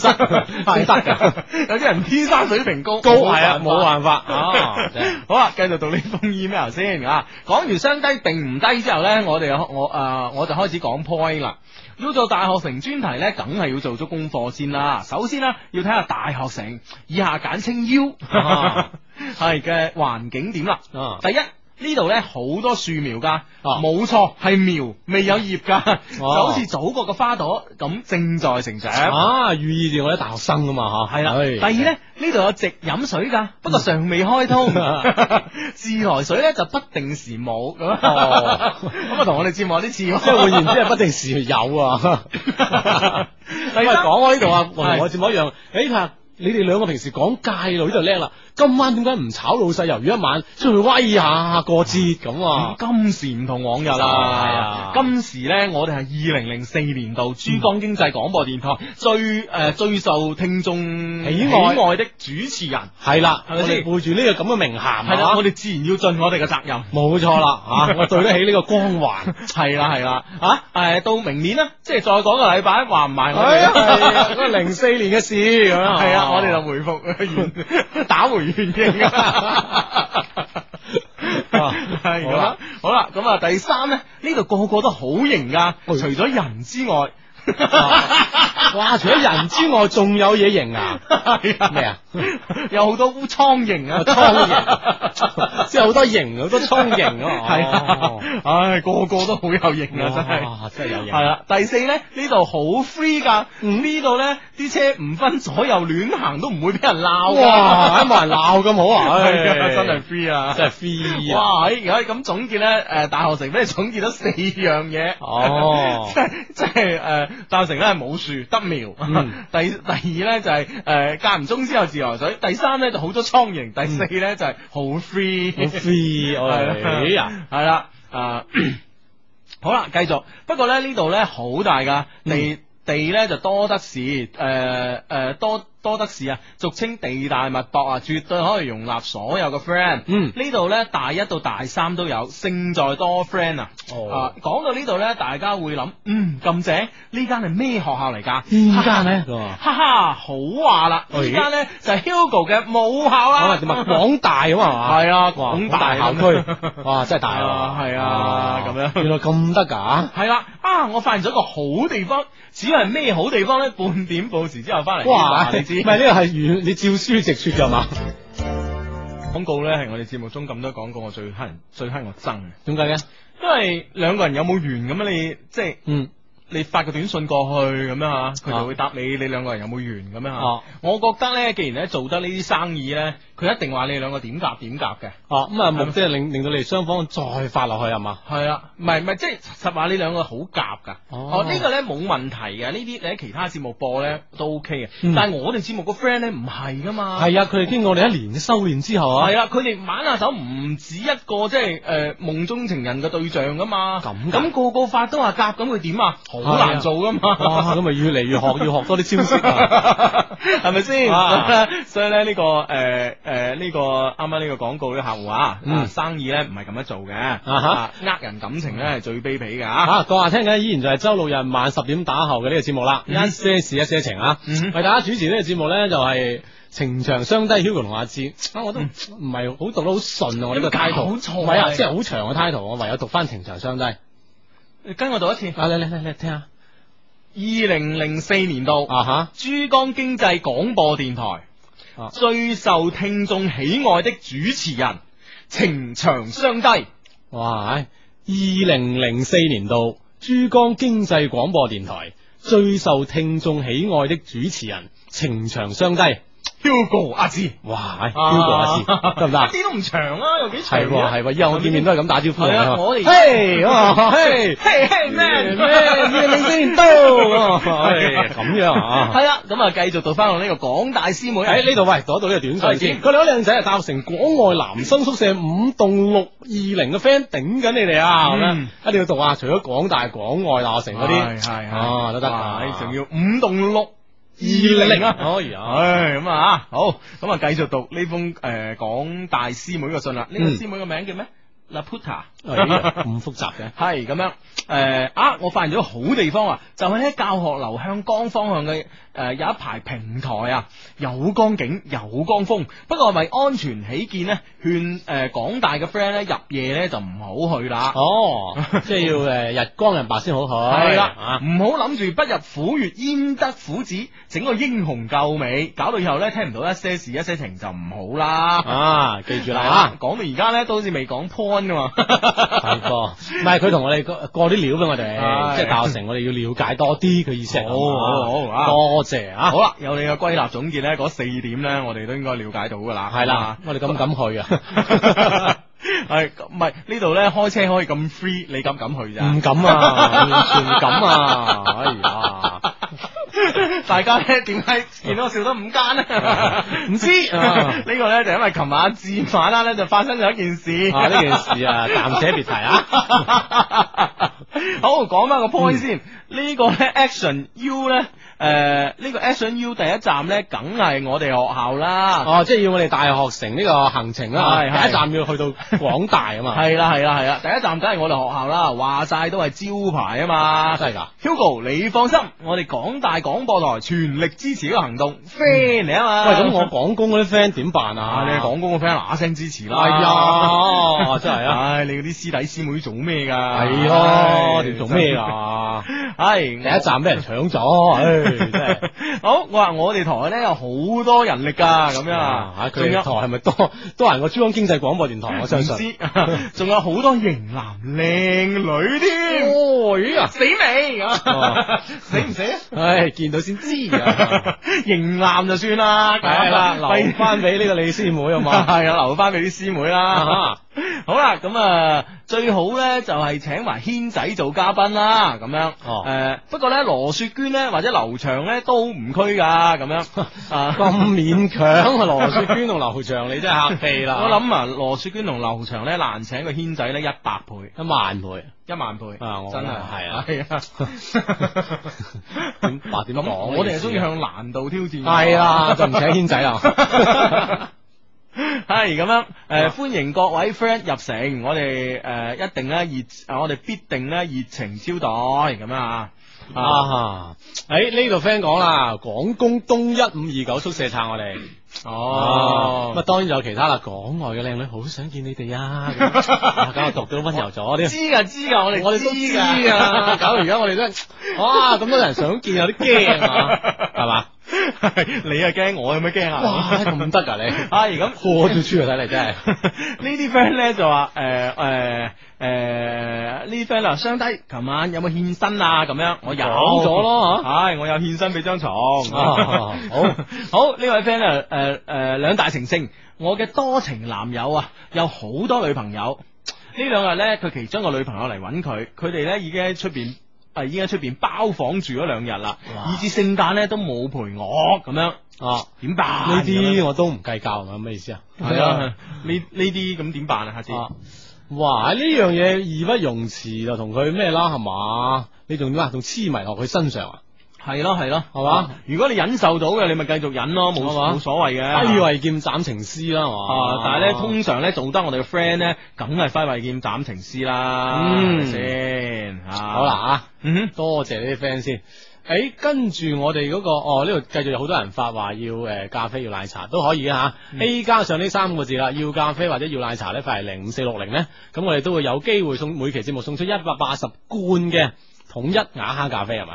Speaker 2: 質先得嘅，
Speaker 1: 有啲人天生水平高，
Speaker 2: 高
Speaker 1: 冇
Speaker 2: 係啊，
Speaker 1: 辦法
Speaker 2: 冇辦法啊，真係
Speaker 1: 好啦，繼續讀呢封 email 先啊。講完雙低定唔低之後呢，我哋我诶、呃我就開始講 point 啦。要做大學城專題呢，梗係要做足功課先啦。首先啦，要睇下大學城，以下簡稱 U，
Speaker 2: 啊
Speaker 1: 係嘅環境點啦。
Speaker 2: 啊
Speaker 1: 第一。呢度呢，好多樹苗噶，
Speaker 2: 哦
Speaker 1: 冇錯係苗，未有葉噶，就
Speaker 2: 哦
Speaker 1: 好似祖國嘅花朵咁正在成長。
Speaker 2: 啊，寓意住我啲大學生啊嘛嚇，係啦
Speaker 1: 第二咧，呢度有直飲水㗎，不過尚未開通。自來水咧就不定時冇咁啊，
Speaker 2: 哦
Speaker 1: 咁啊同我哋節目有啲似喎。
Speaker 2: 即係換言之係不定時有 啊。
Speaker 1: 第
Speaker 2: 喂，
Speaker 1: 三
Speaker 2: 講開呢度啊，我同
Speaker 1: 係
Speaker 2: 我節目一樣。哎誒，睇下你哋兩個平時講戒律呢度叻啦，今晚點解唔炒老細魷魚一晚出去威下過節咁啊？
Speaker 1: 今時唔同往日
Speaker 2: 就係啊
Speaker 1: 啦，今時咧我哋係二零零四年度珠江經濟廣播電台最誒最受聽眾
Speaker 2: 喜愛
Speaker 1: 愛的主持人，
Speaker 2: 係啦，
Speaker 1: 係
Speaker 2: 我
Speaker 1: 咪先
Speaker 2: 哋背住呢個咁嘅名銜
Speaker 1: 係
Speaker 2: 啊
Speaker 1: 啦，我，哋自然要盡我哋嘅責任。
Speaker 2: 冇 錯啦啊嚇，我對得起呢個光環。
Speaker 1: 係啦係啦，啊誒到明年啦，即係再講個禮拜，話唔埋我哋啦。
Speaker 2: 啊 係零四年嘅事咁樣
Speaker 1: 系啊，我哋就回复原 打回原形啊。
Speaker 2: 啊
Speaker 1: 系咁
Speaker 2: 好啦
Speaker 1: 啦，好啦，咁啊，第三咧，呢度个个都好型
Speaker 2: 哎
Speaker 1: 噶，除咗人之外，
Speaker 2: 啊哇！除咗人之外，仲有嘢型啊？咩啊？哦
Speaker 1: 有好多烏蒼型啊，
Speaker 2: 蒼 型，即係好多型，好多蒼型啊！
Speaker 1: 系啊
Speaker 2: 哦，
Speaker 1: 唉，個個都好有型啊，真
Speaker 2: 哇
Speaker 1: 係，
Speaker 2: 真係有型嗯
Speaker 1: 係啦，第四咧，呢度好 free 噶，呢度咧啲車唔分左右亂行都唔會俾人鬧㗎
Speaker 2: 哇！冇人鬧咁好啊！唉
Speaker 1: 係啊真係 free 啊，
Speaker 2: 真係 free 啊！
Speaker 1: 哇！喺而家咁總結咧，誒、大學城俾你總結咗四樣嘢。
Speaker 2: 哦
Speaker 1: 即係 即係誒，大學城咧係冇樹得苗。
Speaker 2: 嗯
Speaker 1: 第第二咧就係誒間唔中先有自來水。第三咧就好多蒼蠅。第四咧就係好 free。
Speaker 2: 好 free 我哋哎
Speaker 1: 係啦
Speaker 2: 呀，
Speaker 1: 係啦，啊， 好啦，繼續。不過咧呢度咧好大噶，
Speaker 2: 嗯
Speaker 1: 地地咧就多得是，誒、誒、多多得是啊，俗稱地大物博啊，絕對可以容納所有嘅 friend。
Speaker 2: 嗯
Speaker 1: 呢度咧大一到大三都有，勝在多 friend 啊。
Speaker 2: 哦
Speaker 1: 啊，講到呢度咧，大家會諗，嗯，咁正，呢間係咩學校嚟㗎？
Speaker 2: 邊間 咧？
Speaker 1: 哈哈，好話啦，
Speaker 2: 哎
Speaker 1: 呢間咧就係 Hugo 嘅母校
Speaker 2: 我
Speaker 1: 啦
Speaker 2: 話。點啊？廣大咁啊嘛？
Speaker 1: 係啊，
Speaker 2: 哇
Speaker 1: 廣
Speaker 2: 大
Speaker 1: 大
Speaker 2: 校區， 哇！真係大
Speaker 1: 啊係啊咁樣
Speaker 2: 原來咁得㗎？
Speaker 1: 系啦，啊！我發現咗一個好地方，只要係咩好地方咧？半點報時之後翻嚟，
Speaker 2: 哇！
Speaker 1: 話你知
Speaker 2: 唔係呢個係原你照書直說㗎嘛？
Speaker 1: 廣告咧，係我哋節目中咁多廣告，我最乞人最乞我憎嘅，
Speaker 2: 點解嘅？
Speaker 1: 因為兩個人有冇緣咁樣，啊你即係
Speaker 2: 嗯，
Speaker 1: 你發個短信過去咁樣啊，佢就會答你，你兩個人有冇緣咁樣啊
Speaker 2: 哦？
Speaker 1: 我覺得咧，既然咧做得呢啲生意咧，佢一定話你兩個點夾點夾嘅。
Speaker 2: 哦，咁啊，目的係令令到你哋雙方再發落去係嘛？
Speaker 1: 系啦，唔係唔係，即係實話呢兩個好夾噶。
Speaker 2: 哦
Speaker 1: 哦，呢個咧冇問題嘅，呢啲你喺其他節目播咧都 OK 嘅。
Speaker 2: 嗯
Speaker 1: 但係我哋節目個 friend 咧唔係噶嘛。
Speaker 2: 係啊，佢哋經過我哋一年嘅修煉之後啊，
Speaker 1: 係啦，佢哋玩下手唔止一個，即係誒夢中情人嘅對象噶嘛。
Speaker 2: 咁㗎
Speaker 1: 咁個個發都話夾，咁佢點啊？好難做噶
Speaker 2: 哇，
Speaker 1: 嘛。
Speaker 2: 咁咪越嚟越學，要學多啲招式 啊！
Speaker 1: 係咪先？
Speaker 2: 啊
Speaker 1: 所以咧呢個誒誒呢個啱啱呢個廣告呢個客戶啊，啊
Speaker 2: 嗯
Speaker 1: 生意咧唔係咁樣做嘅，
Speaker 2: 哈
Speaker 1: 啊呃人感情咧係最卑鄙嘅啊。
Speaker 2: 啊，各位聽緊依然就係周六日晚十點打後嘅呢個節目啦，
Speaker 1: 嗯
Speaker 2: 一些事一些情啊，
Speaker 1: 嗯
Speaker 2: 為大家主持呢個節目咧就係情長相低 Hugo 同阿志，啊，我都唔係好讀得好順啊，我呢個
Speaker 1: 有冇
Speaker 2: title，
Speaker 1: 搞錯啊
Speaker 2: 唔係啊，
Speaker 1: 你
Speaker 2: 即係好長嘅 title，我唯有讀翻情長相低。啊，
Speaker 1: 你跟我讀一次。
Speaker 2: 嚟嚟嚟嚟聽下
Speaker 1: 二零零四年度，
Speaker 2: 啊吓。
Speaker 1: 珠江經濟廣播電台、
Speaker 2: 啊
Speaker 1: 最受聽眾喜愛的主持人，情長相低。
Speaker 2: 哇！二零零四年度珠江經濟廣播電台最受聽眾喜愛的主持人，情長相低。
Speaker 1: Hugo 阿志
Speaker 2: 哇，Hugo 阿志得唔得啊
Speaker 1: 一？啲都唔長啊，有幾
Speaker 2: 系
Speaker 1: 長
Speaker 2: 喎
Speaker 1: 啊？
Speaker 2: 系喎，以後我見面都係咁打招呼
Speaker 1: 係啊
Speaker 2: 㗎嘛
Speaker 1: 我哋
Speaker 2: 嘿哇嘿
Speaker 1: 嘿嘿咩
Speaker 2: 咩咩你 先到係咁樣啊？
Speaker 1: 係啦，咁啊繼續讀翻我呢個廣大師妹啊
Speaker 2: 喺呢度喂，攞到呢個短
Speaker 1: 係
Speaker 2: 信
Speaker 1: 點
Speaker 2: 先。佢哋嗰靚仔係大學城廣外男生宿舍五棟六二零嘅 friend 頂緊你哋啊！咁樣
Speaker 1: 嗯
Speaker 2: 一定要讀啊！除咗廣大、廣外、大學城嗰
Speaker 1: 係
Speaker 2: 啲，
Speaker 1: 係係
Speaker 2: 啊都得㗎
Speaker 1: 哇仲要五棟六。二 零啊，
Speaker 2: 可以啊！
Speaker 1: 唉，咁啊，好，咁啊，繼續讀呢封诶廣大師妹嘅信啦。呢個
Speaker 2: 嗯
Speaker 1: 師妹嘅名叫咩？Laputa。
Speaker 2: 哎呀唔複雜嘅。
Speaker 1: 系咁样，诶、啊！我發現咗好地方啊，就係喺教學樓向江方向嘅诶、誒有一排平台啊，有江景有江風。不過為安全起見呢，勸诶广大嘅 friend 咧入夜咧就唔好去啦。
Speaker 2: 哦，即係要诶日光日白先好去。
Speaker 1: 係
Speaker 2: 啊
Speaker 1: 啦，唔好諗住不入虎穴焉得虎子，整個英雄救美，搞到以後咧聽唔到一些事一些情就唔好啦。
Speaker 2: 啊，記住啦
Speaker 1: 係
Speaker 2: 啊
Speaker 1: 啦！講到而家咧都好似未講 point 噶嘛。
Speaker 2: 大哥，唔係佢同我哋過過啲料俾我哋，
Speaker 1: 係
Speaker 2: 即係大學城，我哋要了解多啲佢意思係咁啊。
Speaker 1: 好好好啊
Speaker 2: 多謝啊！
Speaker 1: 好啦，有你嘅歸納總結咧，嗰四點咧，我哋都應該了解到噶啦。
Speaker 2: 係啦，我哋敢唔敢去啊？
Speaker 1: 係，系唔係呢度咧？開車可以咁 free，你敢唔敢去
Speaker 2: 唔
Speaker 1: 咋？
Speaker 2: 敢啊，完全唔敢 啊！哎呀，
Speaker 1: 大家咧點解見到我笑得五間 咧？
Speaker 2: 唔知啊
Speaker 1: 呢個咧就因為琴晚至晚啦咧就發生咗一件事。
Speaker 2: 啊呢件事啊，暫且別提啊。
Speaker 1: 好，講翻個 point 先。
Speaker 2: 嗯
Speaker 1: 呢個咧 Action U 咧，诶，呢個 Action U 第一站咧，梗係我哋學校啦。
Speaker 2: 哦，即係要我哋大學城呢個行程啦，
Speaker 1: 係係
Speaker 2: 第一站要去到廣大啊嘛。
Speaker 1: 系啦系啦系啦，第一站梗系我哋學校啦，話晒都係招牌啊嘛。
Speaker 2: 真係㗎
Speaker 1: Hugo，你放心，我哋廣大廣播台全力支持呢個行動，friend 嚟啊嘛。
Speaker 2: 喂，咁我廣工嗰啲 friend 點辦啊？
Speaker 1: 啊，你廣工嘅 friend 嗱聲支持啦。
Speaker 2: 哎呀，真係啊！
Speaker 1: 唉，你嗰啲師弟師妹做咩㗎？
Speaker 2: 係咯，
Speaker 1: 唉
Speaker 2: 你做咩？啊？
Speaker 1: 係
Speaker 2: 第一站俾人 搶咗，唉，真係。
Speaker 1: 好，我話我哋台咧有好多人力㗎，咁樣
Speaker 2: 啊！
Speaker 1: 仲
Speaker 2: 佢
Speaker 1: 有
Speaker 2: 哋台係咪多多人過珠江經濟廣播 電台？我啊相
Speaker 1: 唔
Speaker 2: 信。
Speaker 1: 知仲有好多型男靚女添。
Speaker 2: 哦，咦 啊！
Speaker 1: 死未
Speaker 2: 哦
Speaker 1: 咁？死唔死啊？
Speaker 2: 唉，見到先 知啊！
Speaker 1: 型男就算啦，啊
Speaker 2: 系啦，
Speaker 1: 喂
Speaker 2: 哎留翻俾呢個李師妹 啊嘛。啊
Speaker 1: 系啊，留翻俾啲師妹啦。好啦，咁啊，最好咧就係請埋軒仔做嘉賓啦，咁樣。
Speaker 2: 哦
Speaker 1: 诶，不過咧，羅雪娟咧或者劉翔咧都唔拘㗎，咁 樣。啊
Speaker 2: 咁 勉強啊，羅雪娟同劉翔，你真係客氣啦。
Speaker 1: 我諗啊，羅雪娟同劉翔咧難請個軒仔咧一百倍、
Speaker 2: 一萬倍，
Speaker 1: 一萬倍，
Speaker 2: 啊我
Speaker 1: 真
Speaker 2: 係啊
Speaker 1: 係啊，
Speaker 2: 點嗱點
Speaker 1: 咁
Speaker 2: 講呢
Speaker 1: 我哋係
Speaker 2: 件事啊
Speaker 1: 中意向難度挑戰。
Speaker 2: 係啦， 就唔請軒仔 啦。
Speaker 1: 啊 系咁样，
Speaker 2: 啊
Speaker 1: 诶、歡迎各位 friend 入城，我哋诶、誒一定咧熱，我哋必定咧熱情招待咁啊！啊，
Speaker 2: 啊！喺呢度 friend 講啦，廣工東一五二九宿舍撐我哋。咁啊，
Speaker 1: 哦，
Speaker 2: 當然有其他啦，港外嘅靚女好想見你哋啊！咁啊咁我讀到温柔咗啲。
Speaker 1: 知噶知噶，我哋
Speaker 2: 我哋都知 啊，搞到而家我哋都係哇咁多人想見，有啲驚 啊，係嘛？
Speaker 1: 你啊驚，我有咩驚啊？
Speaker 2: 哇咁得 㗎你，
Speaker 1: 係咁
Speaker 2: 破咗豬啊睇嚟真係。
Speaker 1: 呢啲 friend 咧就話誒誒誒呢啲 friend 啊，相低，琴晚有冇獻身啊？咁樣我有
Speaker 2: 講咗咯
Speaker 1: 嚇，唉，我有獻身俾張床。
Speaker 2: 哦好
Speaker 1: 好呢位 friend 啊誒誒兩大成聖，我嘅多情男友啊，有好多女朋友。呢兩日咧，佢其中一個女朋友嚟揾佢，佢哋咧已經喺出邊。誒已經喺出邊包房住咗兩日啦，
Speaker 2: 哇
Speaker 1: 以至聖誕咧都冇陪我咁樣，
Speaker 2: 哦，
Speaker 1: 點辦？
Speaker 2: 呢
Speaker 1: 啊咁樣
Speaker 2: 啲我都唔計較，係咪咩意思啊？
Speaker 1: 系啊，呢呢啲咁點辦啊？下次
Speaker 2: 啊，哇！呢樣嘢義不容辭就同佢咩啦，係嘛？你仲點啊？仲痴迷落佢身上啊？
Speaker 1: 係咯係咯，
Speaker 2: 係嘛
Speaker 1: 啊？如果你忍受到嘅，你咪繼續忍咯，冇
Speaker 2: 係嘛
Speaker 1: 冇所謂嘅。
Speaker 2: 揮慧劍斬情絲啦，係
Speaker 1: 啊！
Speaker 2: 嘛？嗯
Speaker 1: 但係咧，通常咧做得我哋嘅 friend 咧，梗係揮慧劍斬情絲啦，
Speaker 2: 嗯
Speaker 1: 啊係咪先吓。
Speaker 2: 好啦，啊。
Speaker 1: 嗯
Speaker 2: 多謝呢啲 friend 先。誒，跟住我哋嗰、個哦，呢度繼續有好多人發話要誒、咖啡要奶茶都可以嘅嚇。A
Speaker 1: 嗯
Speaker 2: 加上呢三個字啦，要咖啡或者要奶茶呢，發嚟零五四六零呢，咁我哋都會有機會送每期節目送出一百八十罐嘅統一雅哈咖啡係嘛？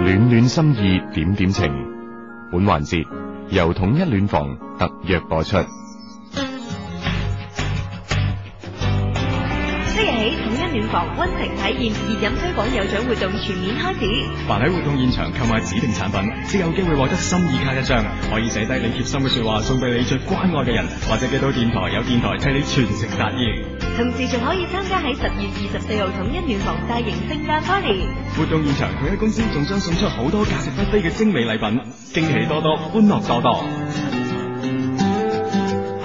Speaker 4: 暖暖心意點點情。本環節由統一暖房特約播出。
Speaker 5: 即日起同統一暖房温情體驗熱飲推廣有獎活動全面開始。
Speaker 6: 凡喺活動現場購買指定產品，即有機會獲得心意卡一張，可以寫低你貼心嘅說話送俾你最關愛嘅人，或者寄到電台，有電台替你全程達意。
Speaker 5: 同時仲可以參加喺十月二十四號統一暖房大型聖誕 party，
Speaker 6: 活動現場統一公司仲將送出好多價值不菲嘅精美禮品，驚喜多多，歡樂多多。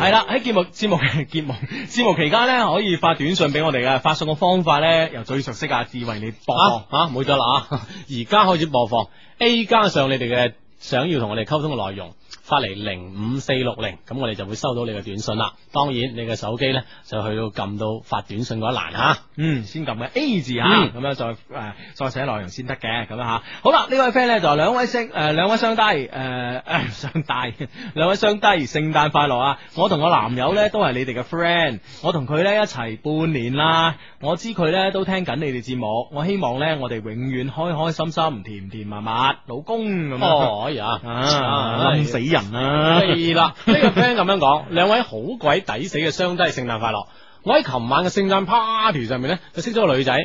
Speaker 1: 系啦，喺節目節目 嘅節目節目期間咧，可以發短信俾我哋嘅，發送嘅方法咧由最熟悉嘅阿志為你播放。
Speaker 2: 啊啊，冇咗啦啊！ 而家開始播放 A 加上你哋嘅想要同我哋溝通嘅內容，發嚟零五四六零，咁我哋就會收到你嘅短信啦。當然，你嘅手機呢，就去到撳到發短信嗰一欄啊吓。
Speaker 1: 嗯，先撳嘅 A 字吓，
Speaker 2: 嗯
Speaker 1: 咁、樣再誒、呃再寫內容先得嘅，咁樣吓。好啦，呢位 friend 咧就兩位雙誒兩位雙低誒誒雙低 兩位雙低，聖誕快樂啊！我同我男友咧都係你哋嘅 friend，我同佢咧一齊半年啦，我知佢咧都聽緊你哋節目，我希望咧我哋永遠開開心心、甜甜蜜蜜，老公咁樣。
Speaker 2: 哦，哎呀，
Speaker 1: 啊，冧死人啊啦！
Speaker 2: 係 啦，呢個 friend 咁樣講，兩位好鬼抵死嘅雙低，聖誕快樂！我喺琴晚嘅聖誕 party 上面呢，就識咗個女仔，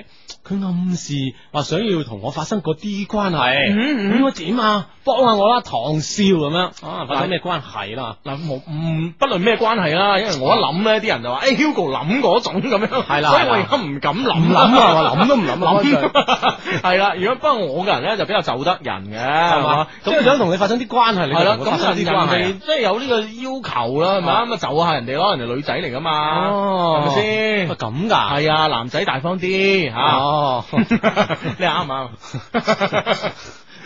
Speaker 2: 佢暗示話想要同我發生嗰啲關係，
Speaker 1: 嗯嗯
Speaker 2: 咁我點啊？幫下我啦，唐少咁樣啊，發生咩關係啦？
Speaker 1: 嗱，冇唔不論咩關係啦，因為我一諗咧，啲人就話，誒 Hugo 諗嗰種咁樣，
Speaker 2: 係啦
Speaker 1: 所以
Speaker 2: 係啦
Speaker 1: 我而家唔敢
Speaker 2: 唔
Speaker 1: 諗
Speaker 2: 諗
Speaker 1: 啦，
Speaker 2: 啊，我諗都唔諗啊，乾脆
Speaker 1: 諗係啦。如果不過我個人咧就比較就得人嘅，係
Speaker 2: 係嘛
Speaker 1: 嘛？？
Speaker 2: 即係想同你發生啲關係，你
Speaker 1: 係
Speaker 2: 就
Speaker 1: 啦，
Speaker 2: 同佢發生
Speaker 1: 咁
Speaker 2: 啲啊
Speaker 1: 人
Speaker 2: 關係
Speaker 1: 哋即係有呢個要求啦，係嘛？咁啊就下人哋咯，人哋女仔嚟噶
Speaker 2: 啊。
Speaker 1: 嘛，係咪
Speaker 2: 哦，係咪
Speaker 1: 先
Speaker 2: 先？？咁㗎？
Speaker 1: 係啊，男仔大方啲嚇，
Speaker 2: 哦，
Speaker 1: 你啱唔啊啱？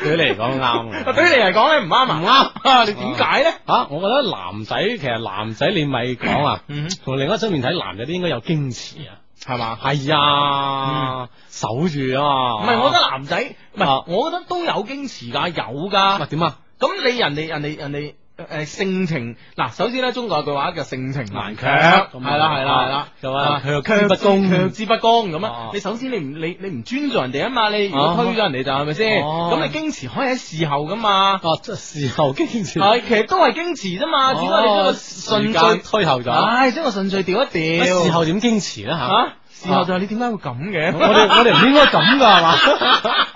Speaker 2: 對你嚟講 啱嘅。
Speaker 1: 對於你嚟講咧唔啱啊，唔啱，你點解咧？
Speaker 2: 啊，我覺得男仔其實男仔你咪講啊，
Speaker 1: 嗯哼
Speaker 2: 從另一側面睇，男仔啲應該有矜持啊。
Speaker 1: 係嘛？
Speaker 2: 係啊，守住啊
Speaker 1: 唔
Speaker 2: 嘛。
Speaker 1: 係，我覺得男仔唔
Speaker 2: 啊
Speaker 1: 係，我覺得都有矜持㗎，有
Speaker 2: 喂
Speaker 1: 㗎。
Speaker 2: 點啊？
Speaker 1: 咁你人哋人哋人哋誒性情嗱，首先咧，中國有句話叫性情難卻，
Speaker 2: 強咁
Speaker 1: 係啦
Speaker 2: 啊
Speaker 1: 係啦係啦，
Speaker 2: 就話
Speaker 1: 啊
Speaker 2: 強之不公
Speaker 1: 強之不公咁
Speaker 2: 啊
Speaker 1: 啊！你首先你唔你你唔尊重人哋啊嘛，你如果推咗人哋就係咪先？
Speaker 2: 哦
Speaker 1: 咁你矜持可以喺事後噶嘛？
Speaker 2: 哦，即係事後矜持。
Speaker 1: 係，其實都係矜持啫嘛，只不過啊你將個
Speaker 2: 啊哦時間
Speaker 1: 順序，
Speaker 2: 推後咗。
Speaker 1: 唉，將個順序調一調。
Speaker 2: 事後點矜持咧嚇？
Speaker 1: 啊，事後就係你點解會咁嘅？
Speaker 2: 我哋我哋唔應該咁㗎係嘛？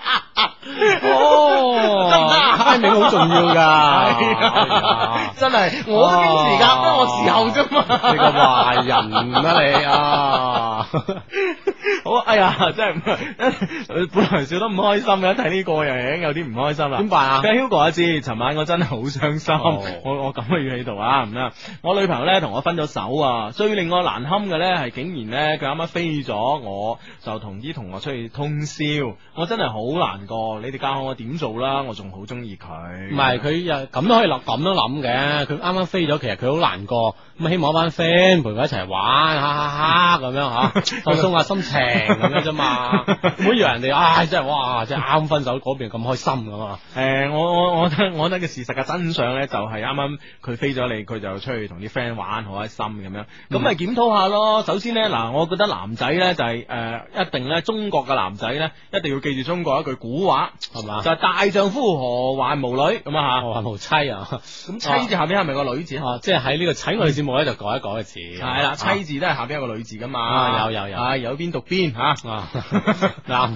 Speaker 1: 得唔得
Speaker 2: 哦
Speaker 1: 啊，
Speaker 2: timing 好重要噶，
Speaker 1: 啊 真係我都矜持㗎，不過我事後啫 嘛。
Speaker 2: 哦你個壞人啊你啊！
Speaker 1: 好啊，哎呀，真係本來笑得唔 開心嘅，睇呢個又已經有啲唔開心啦。
Speaker 2: 點辦
Speaker 1: 佢
Speaker 2: 啊
Speaker 1: 話 Hugo 阿志，尋晚我真係好傷心，
Speaker 2: 哦
Speaker 1: 我我咁嘅語氣度啊，唔得。我女朋友咧同我分咗手啊，最令我難堪嘅咧係竟然咧佢啱啱飛咗我，就同啲同學出去通宵，我真係好難過。你哋教我點做啦，我仲好中意佢。
Speaker 2: 唔係佢又咁都可以諗咁都諗嘅，佢啱啱飛咗，其實佢好難過，咁希望一班 friend 陪佢一齊玩，哈哈哈咁 樣吓，放鬆下心情咁樣啫嘛，唔好以為人哋唉真係哇，真係啱分手嗰邊咁開心咁啊！
Speaker 1: 诶、我我我覺得我覺得嘅事實嘅真相咧，就係啱啱佢飛咗你，佢就出去同啲 friend 玩，好開心咁樣。
Speaker 2: 嗯
Speaker 1: 咁咪檢討下咯。首先咧，嗱，我覺得男仔咧就係、诶、一定 咧，啊中國嘅男仔咧，一定要記住中國一句古話，
Speaker 2: 係嘛
Speaker 1: 就係、大丈夫何患無女咁啊
Speaker 2: 我話無妻啊！
Speaker 1: 吓。咁妻字下邊係咪個女字？
Speaker 2: 哦，即係喺呢個妻女節目咧就改一改啊個字，
Speaker 1: 係啦，妻
Speaker 2: 妻
Speaker 1: 字都係下邊有個女字噶嘛。
Speaker 2: 啊有有有
Speaker 1: 哦啊有邊讀邊哦吓。
Speaker 2: 啊
Speaker 1: 嗱，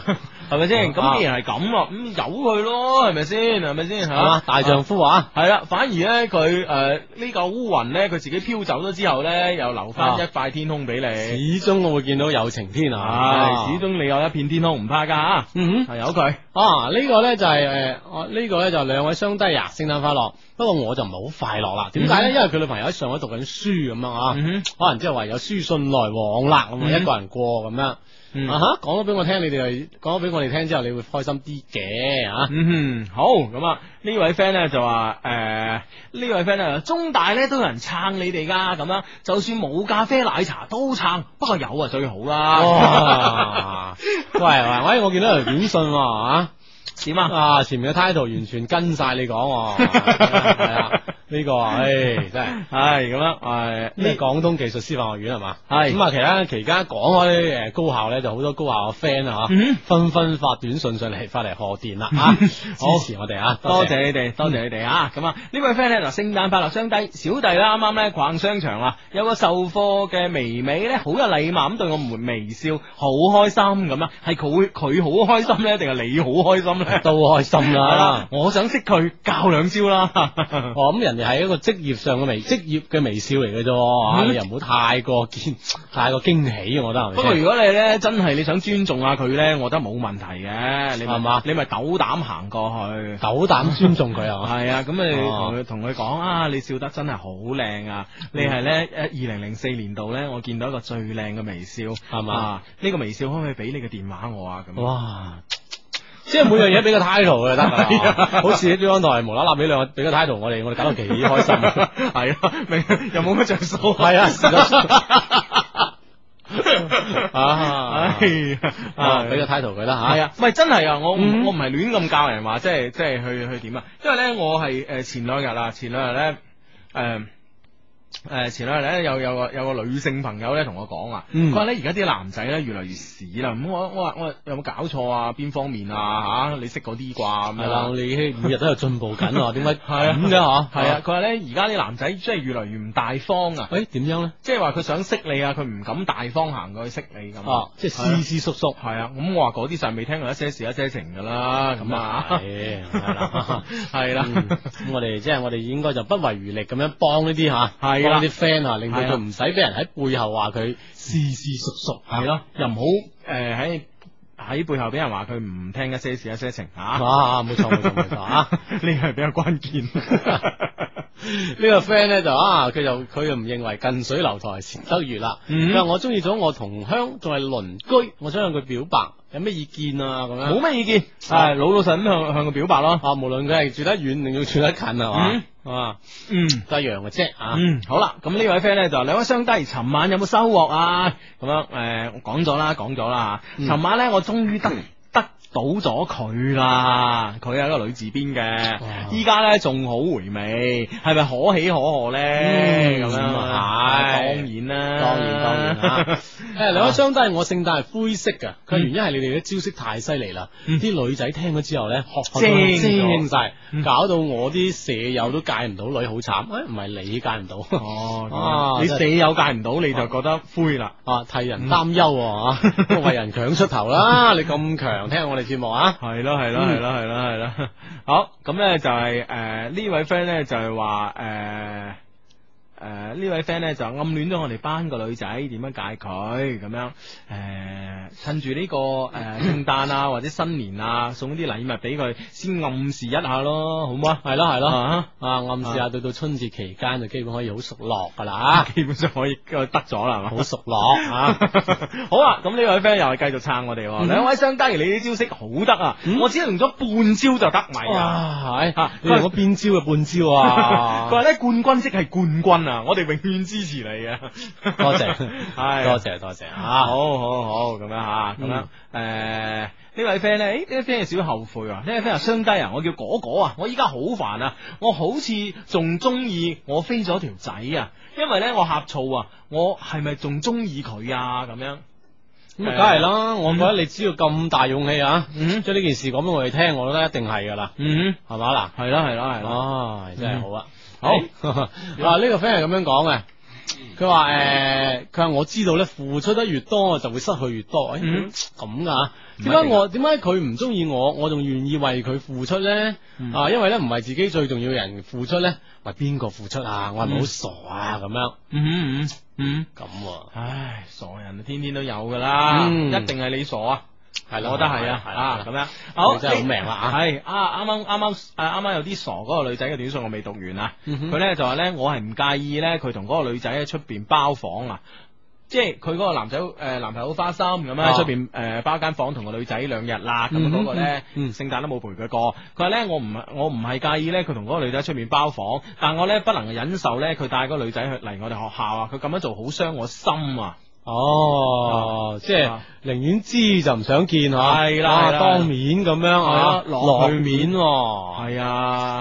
Speaker 1: 係咪先？咁既然係咁咯，咁由佢咯，係咪先？係咪先
Speaker 2: 係
Speaker 1: 吓？
Speaker 2: 嘛，大丈夫啊！
Speaker 1: 系啦，反而咧佢诶呢嚿烏雲咧，佢自己飄走咗之後咧，又留翻
Speaker 2: 啊
Speaker 1: 一塊天空俾你。
Speaker 2: 始終我會見到有情天啊！
Speaker 1: 唉，始終你有一片天空唔怕啊噶吓，
Speaker 2: 嗯哼
Speaker 1: 係由佢。
Speaker 2: 啊，呢、個呢就係、诶，我呢、個呢就兩位雙低啊，聖誕快樂。不過我就唔係好快樂啦，點解呢？
Speaker 1: 嗯
Speaker 2: 因為佢女朋友喺上海讀緊書咁樣啊，
Speaker 1: 嗯
Speaker 2: 可能之後話有書信來往啦，咁、
Speaker 1: 嗯
Speaker 2: 一個人過咁樣。
Speaker 1: 嗯
Speaker 2: 啊哈，講咗俾我聽，你哋係講咗俾我哋聽之後，你會開心啲嘅啊！
Speaker 1: 嗯哼，好咁啊！呢位 friend 咧就話誒，呢位 friend 咧中大咧都有人撐你哋噶，咁樣就算冇咖啡奶茶都撐，不過有啊最好啦。
Speaker 2: 哇！喂喂喂，我見到條短信喎啊！
Speaker 1: 點啊？
Speaker 2: 啊，前面嘅 title 完全跟晒你講喎， 係啊，呢個啊，唉，真係。
Speaker 1: 唉，咁樣，唉，
Speaker 2: 呢個廣東技術師範學院係嘛？
Speaker 1: 係
Speaker 2: 咁啊，其他期間講開誒高校咧，就好多高校嘅 friend 啊嚇
Speaker 1: 嗯，
Speaker 2: 紛紛發短信上嚟，發嚟賀電啦 嚇，支持我哋啊，
Speaker 1: 多
Speaker 2: 謝。
Speaker 1: 謝你哋，多謝你哋啊！咁啊，呢位 friend 咧嗱，聖誕快樂，相低小弟啦，啱啱咧逛商場啊，有個售貨嘅微微咧，好有禮貌咁對我們微笑，好開心咁啊，係佢佢好開心咧，定係你好開心咧？
Speaker 2: 都開心
Speaker 1: 係啦
Speaker 2: 啦，！
Speaker 1: 我想識佢，教兩招啦。
Speaker 2: 哦，咁人哋係一個職業上嘅微職業嘅微笑嚟嘅啫喎，嚇
Speaker 1: 嗯
Speaker 2: 你又唔好太過見太過驚喜，我覺得係咪
Speaker 1: 不過
Speaker 2: 先
Speaker 1: 如果你咧真係你想尊重下佢咧，我覺得冇問題嘅，你咪
Speaker 2: 係嘛
Speaker 1: 你咪斗膽行過去。
Speaker 2: 斗膽尊重 佢係嘛？
Speaker 1: 係啊，咁你同佢
Speaker 2: 哦
Speaker 1: 同佢講啊，你笑得真係好靚啊！你係
Speaker 2: 嗯
Speaker 1: 咧誒二零零四年度咧，我見到一個最靚嘅微笑，係
Speaker 2: 嘛哦
Speaker 1: 啊呢個微笑可唔可以俾你嘅電話我啊？咁
Speaker 2: 哇！即係每樣嘢俾個 title 就得啦，好似啲安台無啦啦俾兩個俾個 title 我哋，我哋搞到幾開心啊！
Speaker 1: 係啊，明又冇乜着數。
Speaker 2: 係啊是 啊
Speaker 1: 唉
Speaker 2: 啊，
Speaker 1: 啊，
Speaker 2: 俾個 title 佢啦吓。
Speaker 1: 系啊，唔係真係啊，我唔
Speaker 2: 嗯
Speaker 1: 我唔係亂咁教人話，即係即係去去點啊？因為咧，我係诶前兩日啊，前兩日咧诶。誒前兩日咧有有個有個女性朋友咧同我講啊，佢
Speaker 2: 嗯
Speaker 1: 話咧而家啲男仔咧越嚟越屎啦，咁我我話我話有冇搞錯啊？邊方面啊嚇？你識嗰啲啩咁
Speaker 2: 係
Speaker 1: 樣
Speaker 2: 啦，
Speaker 1: 啦
Speaker 2: 我？哋每日都有進步緊喎，點解
Speaker 1: 係啊
Speaker 2: 咁啫嗬？
Speaker 1: 係啊，佢話咧而家啲男仔即係越嚟越唔大方啊，
Speaker 2: 誒點樣咧？
Speaker 1: 即係話佢想識你啊，佢唔敢大方行過去識你咁
Speaker 2: 哦，即係
Speaker 1: 係啊
Speaker 2: 斯斯縮縮。
Speaker 1: 係啊，咁我話嗰啲就係未聽過一些事一些情噶啦，咁 啊，
Speaker 2: 係係啦
Speaker 1: 係啦，
Speaker 2: 嗯咁我哋即係我哋應該就不遺餘力咁樣幫呢啲吓，
Speaker 1: 係啦
Speaker 2: 幫啲 friend 啊，令到
Speaker 1: 係啦
Speaker 2: 佢唔使俾人喺背後話佢斯斯縮縮。
Speaker 1: 係咯，又唔好誒喺喺背後俾人話佢唔聽一些事一些情嚇，呢
Speaker 2: 啊，冇錯冇錯冇錯啊！
Speaker 1: 個係比較關 鍵。
Speaker 2: 呢個 friend 咧就啊，佢就佢就唔認為近水樓台先得月啦。
Speaker 1: 嗯
Speaker 2: 佢話我中意咗我同鄉，仲係鄰居，我想向佢表白，有咩意見啊？咁樣
Speaker 1: 冇咩意見，係老老實咁向向佢表白咯。
Speaker 2: 啊，無論佢係住得遠定要住得近係嘛，啊
Speaker 1: 嗯。
Speaker 2: 都一樣嘅啫啊。
Speaker 1: 嗯，好啦，咁呢位 friend 咧就話兩位相低，尋晚有冇收穫啊？咁樣誒，我講咗啦，講咗啦嚇。
Speaker 2: 嗯
Speaker 1: 尋晚咧，我終於得得到咗佢啦，佢係一個女字邊
Speaker 2: 哇
Speaker 1: 嘅，依家咧仲好回味，係咪可喜可賀咧？
Speaker 2: 嗯
Speaker 1: 咁樣啊當然
Speaker 2: 係
Speaker 1: 啦，
Speaker 2: 當然當然啊 誒，兩位相低，我聖誕係灰色嘅，佢
Speaker 1: 嗯
Speaker 2: 原因係你哋嘅招式太犀利啦，
Speaker 1: 嗯
Speaker 2: 啲女仔聽咗之後咧，學
Speaker 1: 精咗
Speaker 2: 精晒
Speaker 1: 嗯，
Speaker 2: 搞到我啲舍友都戒唔到女，好慘。誒，唔係你戒唔到。
Speaker 1: 哦，
Speaker 2: 啊
Speaker 1: 你
Speaker 2: 真係
Speaker 1: 死友戒唔到你就覺得灰啦。
Speaker 2: 啊，替
Speaker 1: 嗯
Speaker 2: 人擔憂啊， 嚇為人強出頭啦！你咁強，聽我哋節目啊，
Speaker 1: 係咯係咯係咯係咯係咯， 好咁咧就係誒呢位 friend 咧就係話誒誒呢位 friend 咧就暗戀咗我哋班個女仔，點樣解佢咁樣誒、趁住呢、個誒聖誕啊或者新年啊送啲禮物俾佢，先暗示一下咯，好唔好啊？
Speaker 2: 係咯係咯，
Speaker 1: 啊
Speaker 2: 啊暗示下到到春節期間就基本可以好熟絡噶啦，
Speaker 1: 啊基本上可以呃得咗啦，係嘛？
Speaker 2: 好熟 絡啊！
Speaker 1: 好啊，咁呢位 friend 又係繼續撐我哋
Speaker 2: 嗯
Speaker 1: 喎，兩位相低，你啲招式好得啊！我只用咗半招就得
Speaker 2: 哎
Speaker 1: 咪啊！
Speaker 2: 哇，係
Speaker 1: 啊
Speaker 2: 你用咗邊招嘅半招啊！
Speaker 1: 佢話咧冠軍即係冠軍啊！我哋永遠支持你嘅，
Speaker 2: 多謝，
Speaker 1: 係
Speaker 2: 多謝嗯多謝
Speaker 1: 啊！
Speaker 2: 啊！
Speaker 1: 好好好，咁樣吓，咁樣誒。呢位 friend 咧，誒呢位 friend 有少少後悔啊！呢位 friend 話雙低啊，我叫果果啊，我依家好煩啊，我好似仲中意我飛咗條仔啊，因為咧我呷醋啊，我係咪仲中意佢啊？咁樣，
Speaker 2: 咁啊梗係啦，我覺得你只要咁大勇氣啊，
Speaker 1: 嗯
Speaker 2: 將呢件事講俾我哋聽，我覺得一定係噶啦，
Speaker 1: 嗯，
Speaker 2: 係嘛嗱？
Speaker 1: 係啦係啦係啦，
Speaker 2: 哦，真係好啊！
Speaker 1: 嗯
Speaker 2: 好 啊，呢個 friend 係咁樣講嘅。佢話誒，佢話我知道咧，付出得越多，我就會失去越多。誒
Speaker 1: 嗯
Speaker 2: 咁噶，
Speaker 1: 唔一
Speaker 2: 點
Speaker 1: 定
Speaker 2: 解我點解佢唔中意我，我仲願意為佢付出咧？
Speaker 1: 嗯
Speaker 2: 啊，因為咧唔係自己最重要嘅人付出咧，為邊個付出啊？我係咪好
Speaker 1: 嗯
Speaker 2: 傻啊？咁樣
Speaker 1: 嗯嗯嗯，
Speaker 2: 咁喎，
Speaker 1: 唉，傻人天天都有噶啦，
Speaker 2: 嗯
Speaker 1: 一定係你傻啊！
Speaker 2: 係咯，
Speaker 1: 我覺得係啊，
Speaker 2: 係
Speaker 1: 啊
Speaker 2: 啦
Speaker 1: 咁樣，
Speaker 2: 好
Speaker 1: 好
Speaker 2: 真係好命啦啊！
Speaker 1: 係啊，啱啱啱啱啊啱啱有啲傻嗰個女仔嘅短信我未讀完啊，
Speaker 2: 嗯哼
Speaker 1: 佢咧就話咧我係唔介意咧佢同嗰個女仔喺出邊包房啊。即係佢嗰個男仔誒、男朋友好花心咁樣
Speaker 2: 啊
Speaker 1: 喺出邊誒包間房同個女仔兩日啦，咁
Speaker 2: 嗯
Speaker 1: 嗰個咧
Speaker 2: 嗯
Speaker 1: 聖誕都冇陪佢過。佢話咧我唔我唔係介意咧佢同嗰個女仔喺出面包房，但我咧不能忍受咧佢帶嗰個女仔去嚟我哋學校啊，佢咁樣做好傷我心啊。
Speaker 2: 哦，即系
Speaker 1: 啊
Speaker 2: 宁愿知就唔想见吓，
Speaker 1: 係啦
Speaker 2: 啊
Speaker 1: 係啦
Speaker 2: 当面咁样啊
Speaker 1: 啊，落去
Speaker 2: 面喎，
Speaker 1: 系啊，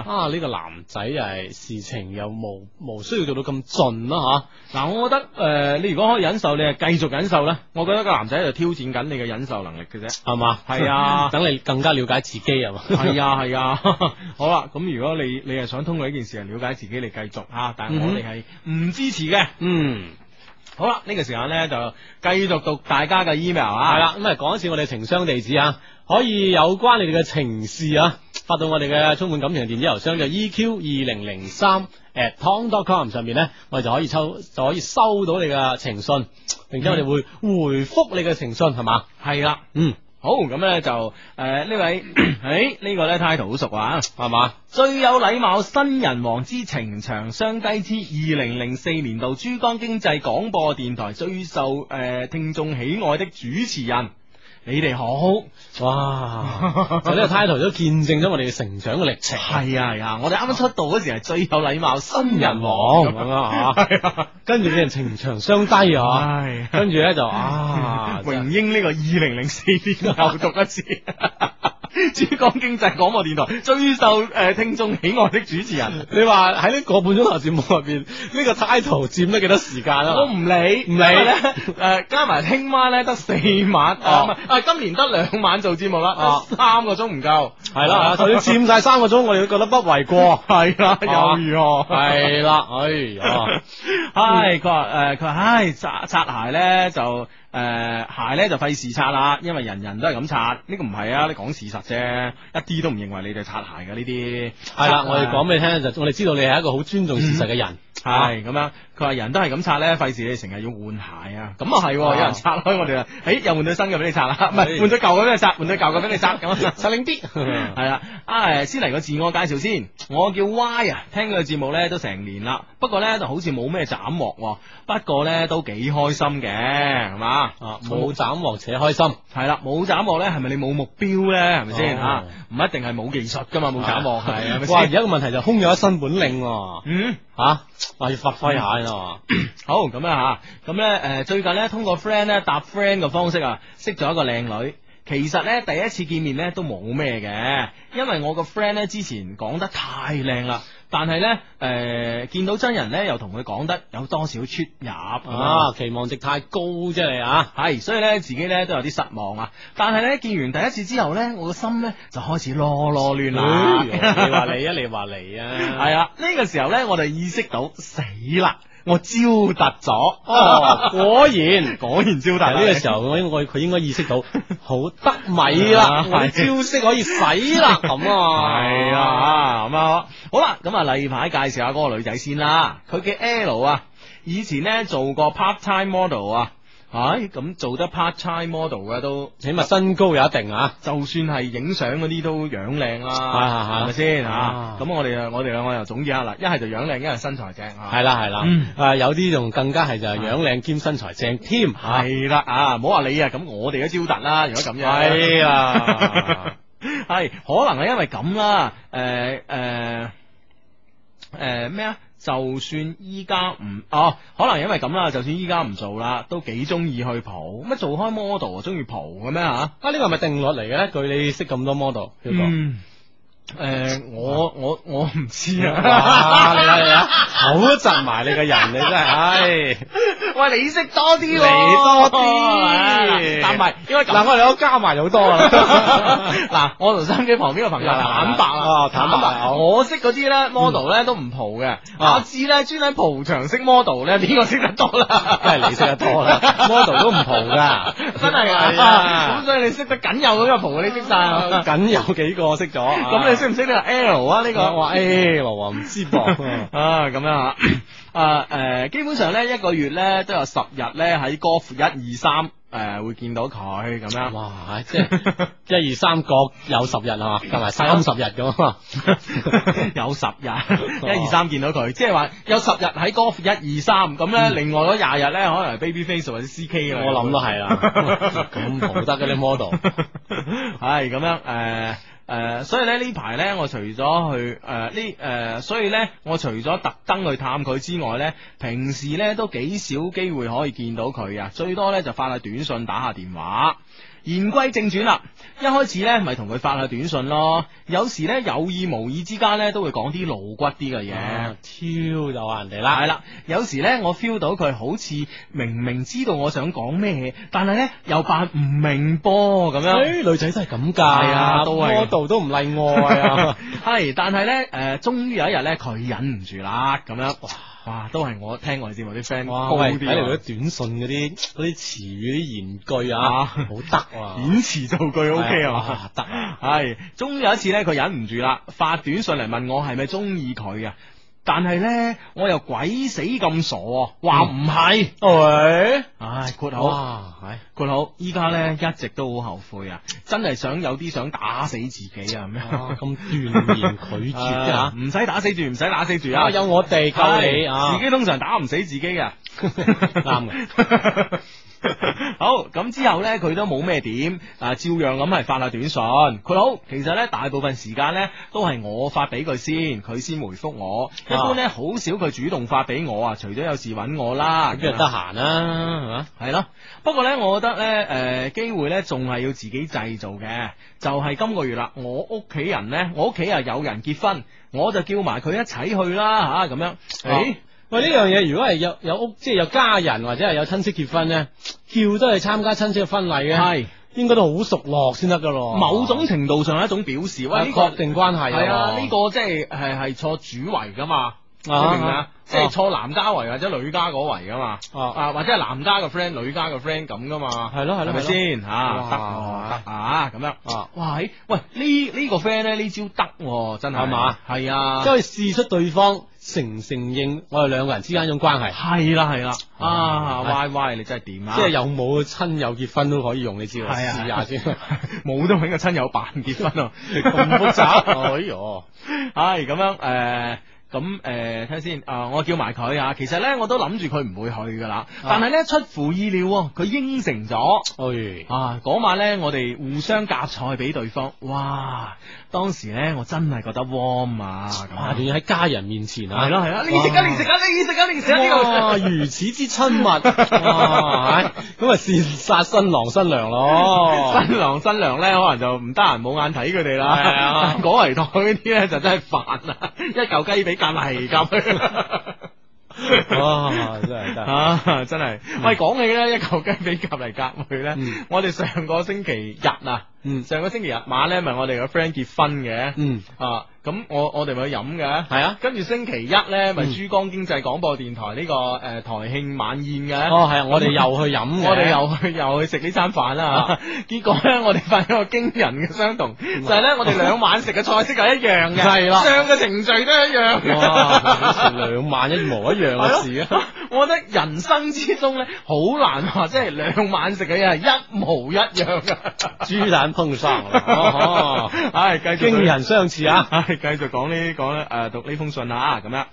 Speaker 2: 啊，呢、個男仔又系事情又無無需要做到咁盡啦
Speaker 1: 嗱，我覺得诶、呃你如果可以忍受，你係繼續忍受啦。我覺得個男仔喺度挑戰緊你嘅忍受能力嘅 啫。
Speaker 2: 吓，係嘛？
Speaker 1: 係啊
Speaker 2: 等你更加了解自己啊嘛。
Speaker 1: 係啊係啊， 好啦，咁如果你你係想通過呢件事嚟了解自己，你繼續啊，但係我哋係唔支持嘅。
Speaker 2: 嗯，
Speaker 1: 好啦，呢、個時間咧就繼續讀大家嘅 email 啊。
Speaker 2: 係啦，咁啊講一次我哋情商地址啊，可以有關你哋嘅情事啊，發到我哋嘅充滿感情嘅電子郵箱嘅 EQ 二零零三 at tom.com 上面咧，我哋就可以抽就可以收到你嘅情信，並且我哋會回覆你嘅情信係嘛？
Speaker 1: 係啦，
Speaker 2: 嗯，
Speaker 1: 好咁咧就呃誒呢、位， 誒呢個咧 title 好熟啊，
Speaker 2: 係嘛？
Speaker 1: 最有禮貌新人王之情長相低之二零零四年度珠江經濟廣播電台最受誒、呃、聽眾喜愛的主持人，你哋好。
Speaker 2: 哇！就呢個 title 都見證咗我哋嘅成長嘅歷程。
Speaker 1: 係啊係啊，我哋啱啱出道嗰時係最有禮貌新
Speaker 2: 人
Speaker 1: 人
Speaker 2: 王
Speaker 1: 王
Speaker 2: 咁 樣嚇
Speaker 1: 係啊，
Speaker 2: 跟住俾人情長相 低啊，
Speaker 1: 唉，
Speaker 2: 跟住咧 就啊，真係
Speaker 1: 榮英呢個二零零四年啊 又讀一次。 珠江經濟廣播電台最受誒聽眾喜愛的主持人，
Speaker 2: 你話喺呢個半鐘頭節目入邊，呢個 title 佔咗幾多時間啊？
Speaker 1: 我唔理，
Speaker 2: 唔理
Speaker 1: 咧，誒加埋聽晚咧得四晚，啊
Speaker 2: 哦
Speaker 1: 唔係啊今年得兩晚做節目啦
Speaker 2: 哦，
Speaker 1: 三個鐘唔夠，啊
Speaker 2: 係啦，就算佔晒三個鐘，我哋都覺得不為過。
Speaker 1: 係啦，
Speaker 2: 啊
Speaker 1: 又如何？
Speaker 2: 係啦，哎呀，
Speaker 1: 唉，佢話诶，誒佢話唉，擦擦鞋咧就诶、誒鞋咧就費事擦啦，因為人人都係咁擦，呢、個唔係啊，你講事實啫，一啲都唔認為你哋擦鞋嘅呢啲。啊
Speaker 2: 係啦，我哋講俾你聽就，我哋知道你係一個好尊重事實嘅人。
Speaker 1: 係咁樣，佢話人都係咁擦咧，費事你成日要換鞋啊。咁啊係喎，
Speaker 2: 啊
Speaker 1: 有人擦開我哋啊，诶、又換對新嘅俾你擦啦， 唔係
Speaker 2: 哎
Speaker 1: 換對舊嘅俾你擦，換對舊嘅俾你 擦咁啊。
Speaker 2: 實領啲，
Speaker 1: 系啦，啊誒先嚟個自我介紹先，我叫 Y 啊，聽佢嘅節目呢都成年啦，不過呢就好似冇咩斬獲喎，不過呢都幾開心嘅，係嘛？
Speaker 2: 啊冇斬獲
Speaker 1: 嗯
Speaker 2: 且開心。
Speaker 1: 係啦，冇斬獲呢係咪你冇目標呢？係咪先
Speaker 2: 哦啊
Speaker 1: 啊？唔一定係冇技術噶嘛，冇斬獲係係啊咪
Speaker 2: 哇！而
Speaker 1: 先？
Speaker 2: 家個問題就空有一身本領喎，
Speaker 1: 嗯。
Speaker 2: 吓，哇要發揮下啦嘛。
Speaker 1: 好咁啊吓，咁咧诶最近咧通過 friend 咧搭 friend 嘅方式啊，識咗一個靚女。其實咧第一次見面咧都冇咩嘅，因為我個 friend 咧之前講得太靚啦，但係咧诶見到真人咧又同佢講得有多少出入啊
Speaker 2: 啊，期望值太高啫你啊！
Speaker 1: 系，所以咧自己咧都有啲失望啊。但係咧見完第一次之後咧，我個心咧就開始囉囉亂啦。
Speaker 2: 哎你話你啊，你話你啊，
Speaker 1: 係啊，呢、個時候咧我就意識到死啦，我招突咗。
Speaker 2: 哦，果 然。
Speaker 1: 果然招突
Speaker 2: 但
Speaker 1: 啦
Speaker 2: 呢個時候，我應該佢應該意識 到好得米啦，
Speaker 1: 係
Speaker 2: 我啲招式可以 使啦，咁啊，
Speaker 1: 啊系啊，咁啊，好啦，咁啊，例牌介紹下嗰個女仔先啦。佢嘅 L 啊，以前咧做過 part time model 啊，唉、咁做得 part time model 嘅都，
Speaker 2: 起碼身高有一定啊，
Speaker 1: 就算係影相嗰啲都樣靚啦，
Speaker 2: 係係係
Speaker 1: 係咪先
Speaker 2: 啊
Speaker 1: 吓？咁我哋我哋兩個又總結下啦，一係就樣靚，一係身材正啊。
Speaker 2: 係啦係啦
Speaker 1: 嗯，
Speaker 2: 啊有啲仲更加係就係樣靚兼身材正添嚇，
Speaker 1: 係啦啊，唔好話你啊，咁我哋都招突啦，如果咁樣。
Speaker 2: 係啊，
Speaker 1: 系可能系因为咁啦，诶诶诶咩啊？就算依家唔哦，可能因为咁啦，就算依家唔做啦，都几中意去蒲。乜做开 model 啊，中意蒲嘅咩吓？
Speaker 2: 啊呢個係咪定律嚟嘅咧？據你識咁多 model，呢個。
Speaker 1: 嗯，诶、呃我我我唔知
Speaker 2: 啊哇！
Speaker 1: 啊。
Speaker 2: 你睇你啊，口都窒埋你個人，你真係，唉。
Speaker 1: 喂，你识多啲喎，
Speaker 2: 你多啲
Speaker 1: 唉但唔系，因为咁
Speaker 2: 嗱，我哋都加埋好多啦。
Speaker 1: 嗱，我同收音機旁邊嘅朋友坦白
Speaker 2: 啊
Speaker 1: 啦，
Speaker 2: 坦白好嗯哦
Speaker 1: 我識嗰啲咧 model 咧都唔蒲嘅，阿志咧專喺蒲場識 model 咧，邊個識得多啦？
Speaker 2: 梗係你識得 多啦 model 都唔蒲㗎
Speaker 1: 真係
Speaker 2: 係啊
Speaker 1: 啊！咁所以你識得僅有嗰個蒲，你識晒。
Speaker 2: 僅有幾個識咗，
Speaker 1: 咁你識唔識呢個 L 啊？呢
Speaker 2: 呢
Speaker 1: 個
Speaker 2: 個？話誒，我話唔知噃。
Speaker 1: 啊，咁樣啊，啊诶、誒基本上咧一個月咧都有十日咧喺歌府一二三诶會見到佢咁樣。
Speaker 2: 哇！即係 一二三各有十日係嘛，加埋三十日咁啊！
Speaker 1: 有十日，一二三見到佢，即係話有十日喺 golf 一二三咁咧，另外嗰廿日咧可能係 baby face 或者 CK 啦。
Speaker 2: 我 諗都係啦，咁蒲得嘅啲 model
Speaker 1: 係咁樣誒誒、呃所以咧呢排咧，我除咗去誒呢誒，所以咧我除咗特登去探佢之外咧，平時咧都幾少機會可以見到佢啊，最多咧就發下短信、打下電話。言歸正傳啦，一開始咧咪同佢發下短信咯，有時咧有意無意之間咧都會講啲露骨啲嘅嘢。
Speaker 2: 啊挑就話人哋
Speaker 1: 啦，
Speaker 2: 啦
Speaker 1: 系。啦，有時咧我 feel 到佢好似明明知道我想講咩，但係咧又扮唔明噃咁樣。
Speaker 2: 誒女仔真係咁㗎，
Speaker 1: 啊係啊都係
Speaker 2: model 都唔例外 啊！
Speaker 1: 係，但係咧，誒、終於有一日咧，佢忍唔住啦，咁樣，哇，都係我聽我哋節目啲 friend
Speaker 2: 哇，
Speaker 1: 高
Speaker 2: 喂，睇
Speaker 1: 啲
Speaker 2: 嚟嗰啲
Speaker 1: 啊，
Speaker 2: 短信嗰啲嗰啲詞語啲言句
Speaker 1: 啊
Speaker 2: 啊，好得啊
Speaker 1: 演詞造句 OK 啊嘛。
Speaker 2: 哎哇得啊！
Speaker 1: 係，終於有一次咧，佢忍唔住啦，發短信嚟問我係咪中意佢啊？但係咧，我又鬼死咁傻喎，話唔係，
Speaker 2: 嗯喂，
Speaker 1: 唉，括號
Speaker 2: 哇，係
Speaker 1: 括號，依家咧一直都好後悔啊，真係想有啲想打死自己啊咁
Speaker 2: 哇
Speaker 1: 樣。
Speaker 2: 咁斷言拒絕嘅
Speaker 1: 啊
Speaker 2: 嚇，
Speaker 1: 唔使打死住，唔使打死住啊
Speaker 2: 啊！有我哋救你
Speaker 1: 係
Speaker 2: 啊！
Speaker 1: 自己通常打唔死自己啊嘅，
Speaker 2: 啱
Speaker 1: 嘅。 好，咁之後呢，佢都冇咩點，啊，照樣咁係發下短信。佢好，其實呢，大部分時間呢，都係我發俾佢先，佢先回覆
Speaker 2: 啊
Speaker 1: 我。一般呢，好少佢主動發俾我啊，除咗有事揾我啦。
Speaker 2: 邊人得閒啦，係嘛？
Speaker 1: 係咯，不過呢，我覺得呢，誒、機會呢仲係要自己製造嘅，就係、今個月啦。我屋企人呢，我屋企啊有人結婚，我就叫埋佢一齊去啦吓，咁、樣。誒、
Speaker 2: 哦喂，呢樣嘢如果係有有屋，即係有家人或者係有親戚結婚咧，叫都係參加親戚嘅婚禮嘅，
Speaker 1: 係
Speaker 2: 應該都好熟絡先得噶咯。
Speaker 1: 某種程度上係一種表示，喂，呢、
Speaker 2: 有
Speaker 1: 個
Speaker 2: 確定關係
Speaker 1: 係啊，
Speaker 2: 喎
Speaker 1: 呢、個即係係係錯主圍噶嘛，你明唔明啊
Speaker 2: 啊？
Speaker 1: 即係錯男家圍或者女家嗰圍噶嘛，
Speaker 2: 哦
Speaker 1: 啊或者係男家嘅 friend、女家嘅 friend 咁噶嘛，
Speaker 2: 係咯係啊咯
Speaker 1: 係咪
Speaker 2: 係咯
Speaker 1: 先吓？
Speaker 2: 哇
Speaker 1: 得喎得啊咁樣
Speaker 2: 哦啊，
Speaker 1: 哇嘿喂呢呢個 friend 咧呢招得喎真係
Speaker 2: 係嘛？
Speaker 1: 係啊
Speaker 2: 即係，可以試出對方承唔承認我哋兩個人之間一種關係，
Speaker 1: 係啦係啦啊
Speaker 2: 啊
Speaker 1: 歪歪你真係掂啊！
Speaker 2: 即係有冇親友結婚都可以用你知道，
Speaker 1: 係啊
Speaker 2: 試下 先，
Speaker 1: 冇都揾個親友扮結婚啊，
Speaker 2: 咁 複雜，哎呦，
Speaker 1: 唉，咁樣诶。咁诶，睇下先啊！我叫埋佢啊，其實咧我都諗住佢唔會去噶啦，
Speaker 2: 啊
Speaker 1: 但係咧出乎意料喎，佢應承咗
Speaker 2: 哎，
Speaker 1: 啊！嗰晚咧我哋互相夾菜俾對方，哇！當時咧我真係覺得 warm 啊，咁
Speaker 2: 哇，仲
Speaker 1: 樣
Speaker 2: 要喺家人面前啊，
Speaker 1: 係咯係咯，你食啊你食啊你食啊你食啊
Speaker 2: 哇，
Speaker 1: 呢個
Speaker 2: 如此之親 密，哇係咁啊，羨殺新郎新娘咯，
Speaker 1: 新郎新娘咧，可能就唔得閒冇眼睇佢哋啦。
Speaker 2: 係啊
Speaker 1: 但嗰圍台嗰啲咧就真係煩啦，一嚿雞髀夾嚟夾去。
Speaker 2: 哇，真係得，
Speaker 1: 啊，真係！喂，講起咧，一嚿雞髀夾嚟夾去咧，
Speaker 2: 嗯
Speaker 1: 我哋上個星期日啊，
Speaker 2: 嗯
Speaker 1: 上個星期日晚咧，咪我哋個 friend 結婚嘅，
Speaker 2: 嗯，
Speaker 1: 啊，咁我我哋咪去飲嘅，
Speaker 2: 係啊，
Speaker 1: 跟住星期一咧，咪
Speaker 2: 嗯
Speaker 1: 珠江經濟廣播電台呢個誒台慶晚宴嘅。
Speaker 2: 哦係啊， 我哋又去飲嘅，啊
Speaker 1: 我哋又去又去食呢餐飯啦， 結果咧我哋發現一個驚人嘅相同，就係咧我哋兩晚食嘅菜式係一樣嘅，
Speaker 2: 嗯係啦
Speaker 1: 上嘅程序都一樣嘅。
Speaker 2: 哇， 兩晚一模一樣嘅 事啊！
Speaker 1: 我覺得人生之中咧，好難話即係兩晚食嘅嘢係一模一樣噶。
Speaker 2: 豬蛋碰生，哦，
Speaker 1: 唉，繼續
Speaker 2: 經人相似啊！
Speaker 1: 唉，繼續講呢講咧誒讀呢封信啊，咁樣。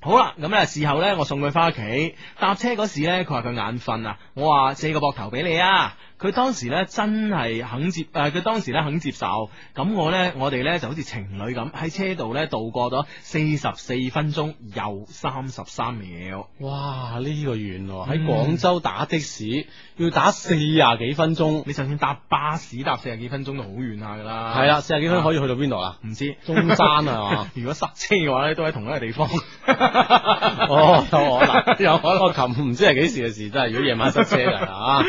Speaker 1: 好啦，咁咧事後咧，我送佢翻屋企，搭車嗰時咧，佢話佢眼瞓啊，我話借個膊頭俾你啊。佢當時咧真係肯接，誒、佢當時咧肯接受，咁我咧我哋咧就好似情侶咁喺車度咧度過咗四十四分鐘又三十三秒。
Speaker 2: 哇！呢、個遠喎，
Speaker 1: 嗯
Speaker 2: 喺廣州打的士要打四廿幾分鐘，
Speaker 1: 你就算搭巴士搭四十幾分鐘都好遠下噶啦。
Speaker 2: 係啦，，四廿幾分鐘可以去到邊度 啊啦？
Speaker 1: 唔知，
Speaker 2: 中山啊
Speaker 1: 如果塞車嘅話咧，都喺同一個地方。
Speaker 2: 係嘛？ 哦，有可能，
Speaker 1: 有可能
Speaker 2: 我琴唔知係幾時嘅事，真係如果夜晚塞車嚟啊，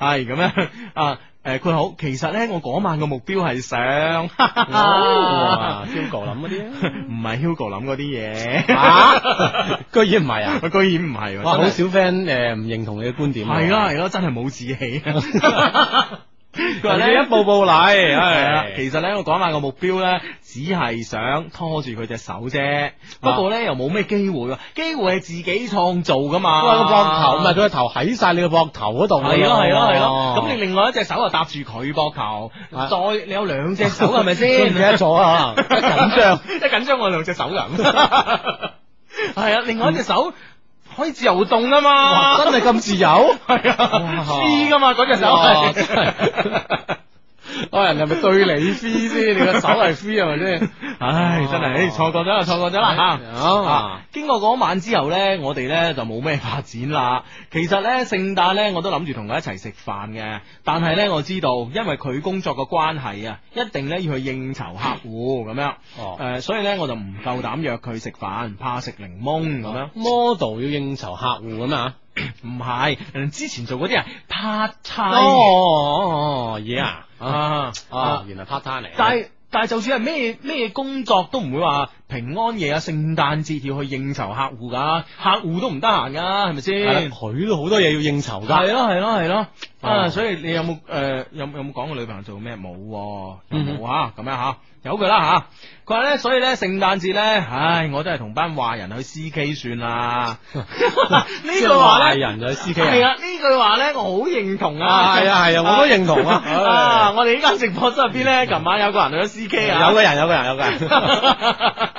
Speaker 1: 係咁樣啊。誒，佢好，其實咧，我嗰晚嘅目標係 想，
Speaker 2: 哦哇
Speaker 1: 唔
Speaker 2: ，Hugo 諗嗰啲
Speaker 1: 係 Hugo 諗嗰啲嘢，
Speaker 2: 啊，居然唔係啊！
Speaker 1: 佢居然唔係喎，
Speaker 2: 哇，好
Speaker 1: 真係
Speaker 2: 少 friend 誒唔認同你嘅觀點喎，
Speaker 1: 係咯係咯，真係冇志 氣。佢
Speaker 2: 佢話你一步步 嚟，
Speaker 1: 係啊，
Speaker 2: 唉，
Speaker 1: 其實咧，我講埋個目標咧，只係想拖住佢隻手啫。不過咧，又冇咩機會喎，機會係自己創造噶嘛。
Speaker 2: 佢話個膊頭唔係佢個頭喺晒你個膊頭嗰度㗎
Speaker 1: 係
Speaker 2: 喎，哦
Speaker 1: 咯係咯係咯，咁你另外一隻手就搭住佢膊頭，
Speaker 2: 啊
Speaker 1: 再你有兩隻手係咪
Speaker 2: 都唔
Speaker 1: 先
Speaker 2: 記？得咗 啊，可能緊張。
Speaker 1: 一緊張我兩隻手 咁。係啊，另外一隻手可以自由動啊嘛。
Speaker 2: 嗯哇，真係咁自由，
Speaker 1: 係啊，
Speaker 2: 哇
Speaker 1: 知噶嘛嗰隻手
Speaker 2: 哇
Speaker 1: 係
Speaker 2: 真係 我人係咪對你 free 先？你個手係 free 係咪先？哦
Speaker 1: 唉，真係，唉哎錯過咗啦，錯過咗啦吓。啊
Speaker 2: 啊，，
Speaker 1: 經過嗰晚之後呢，我哋呢就冇咩發展啦。其實呢，聖誕呢我都諗住同佢一齊食飯嘅，但係呢，我知道，因為佢工作嘅關係啊，一定呢要去應酬客戶咁樣。
Speaker 2: 哦
Speaker 1: 誒、所以呢，我就唔夠膽約佢食飯，怕食檸檬咁樣。
Speaker 2: model 要應酬客戶咁啊？
Speaker 1: 唔係，人之前做嗰啲人 part
Speaker 2: 哦
Speaker 1: time 嘅
Speaker 2: 哦哦嘢啊！
Speaker 1: 啊
Speaker 2: 啊，原來 part time 嚟啊。
Speaker 1: 但係但係就算係咩咩工作都唔會話平安夜啊、聖誕節要去應酬客戶㗎，客戶都唔得閒㗎，係咪
Speaker 2: 係
Speaker 1: 先
Speaker 2: 啦？佢都好多嘢要應酬噶。
Speaker 1: 係咯係咯係咯，啊！
Speaker 2: 哦
Speaker 1: 所以你有冇誒、呃有有冇講過女朋友做咩？冇喎，有
Speaker 2: 嗯
Speaker 1: 冇啊？咁樣吓，由佢啦吓。佢話咧，所以咧聖誕節咧，唉，我都係同班壞人去 C K 算 啦。呢句話
Speaker 2: 壞
Speaker 1: 咧。
Speaker 2: 人就係 C K
Speaker 1: 係啊，呢句話咧，我好認同啊！
Speaker 2: 係啊係啊我都認同啊 嗯
Speaker 1: 啊，我哋呢間直播室入邊咧，琴晚有個人去咗 C K 啊，
Speaker 2: 有個人有個人 有個人。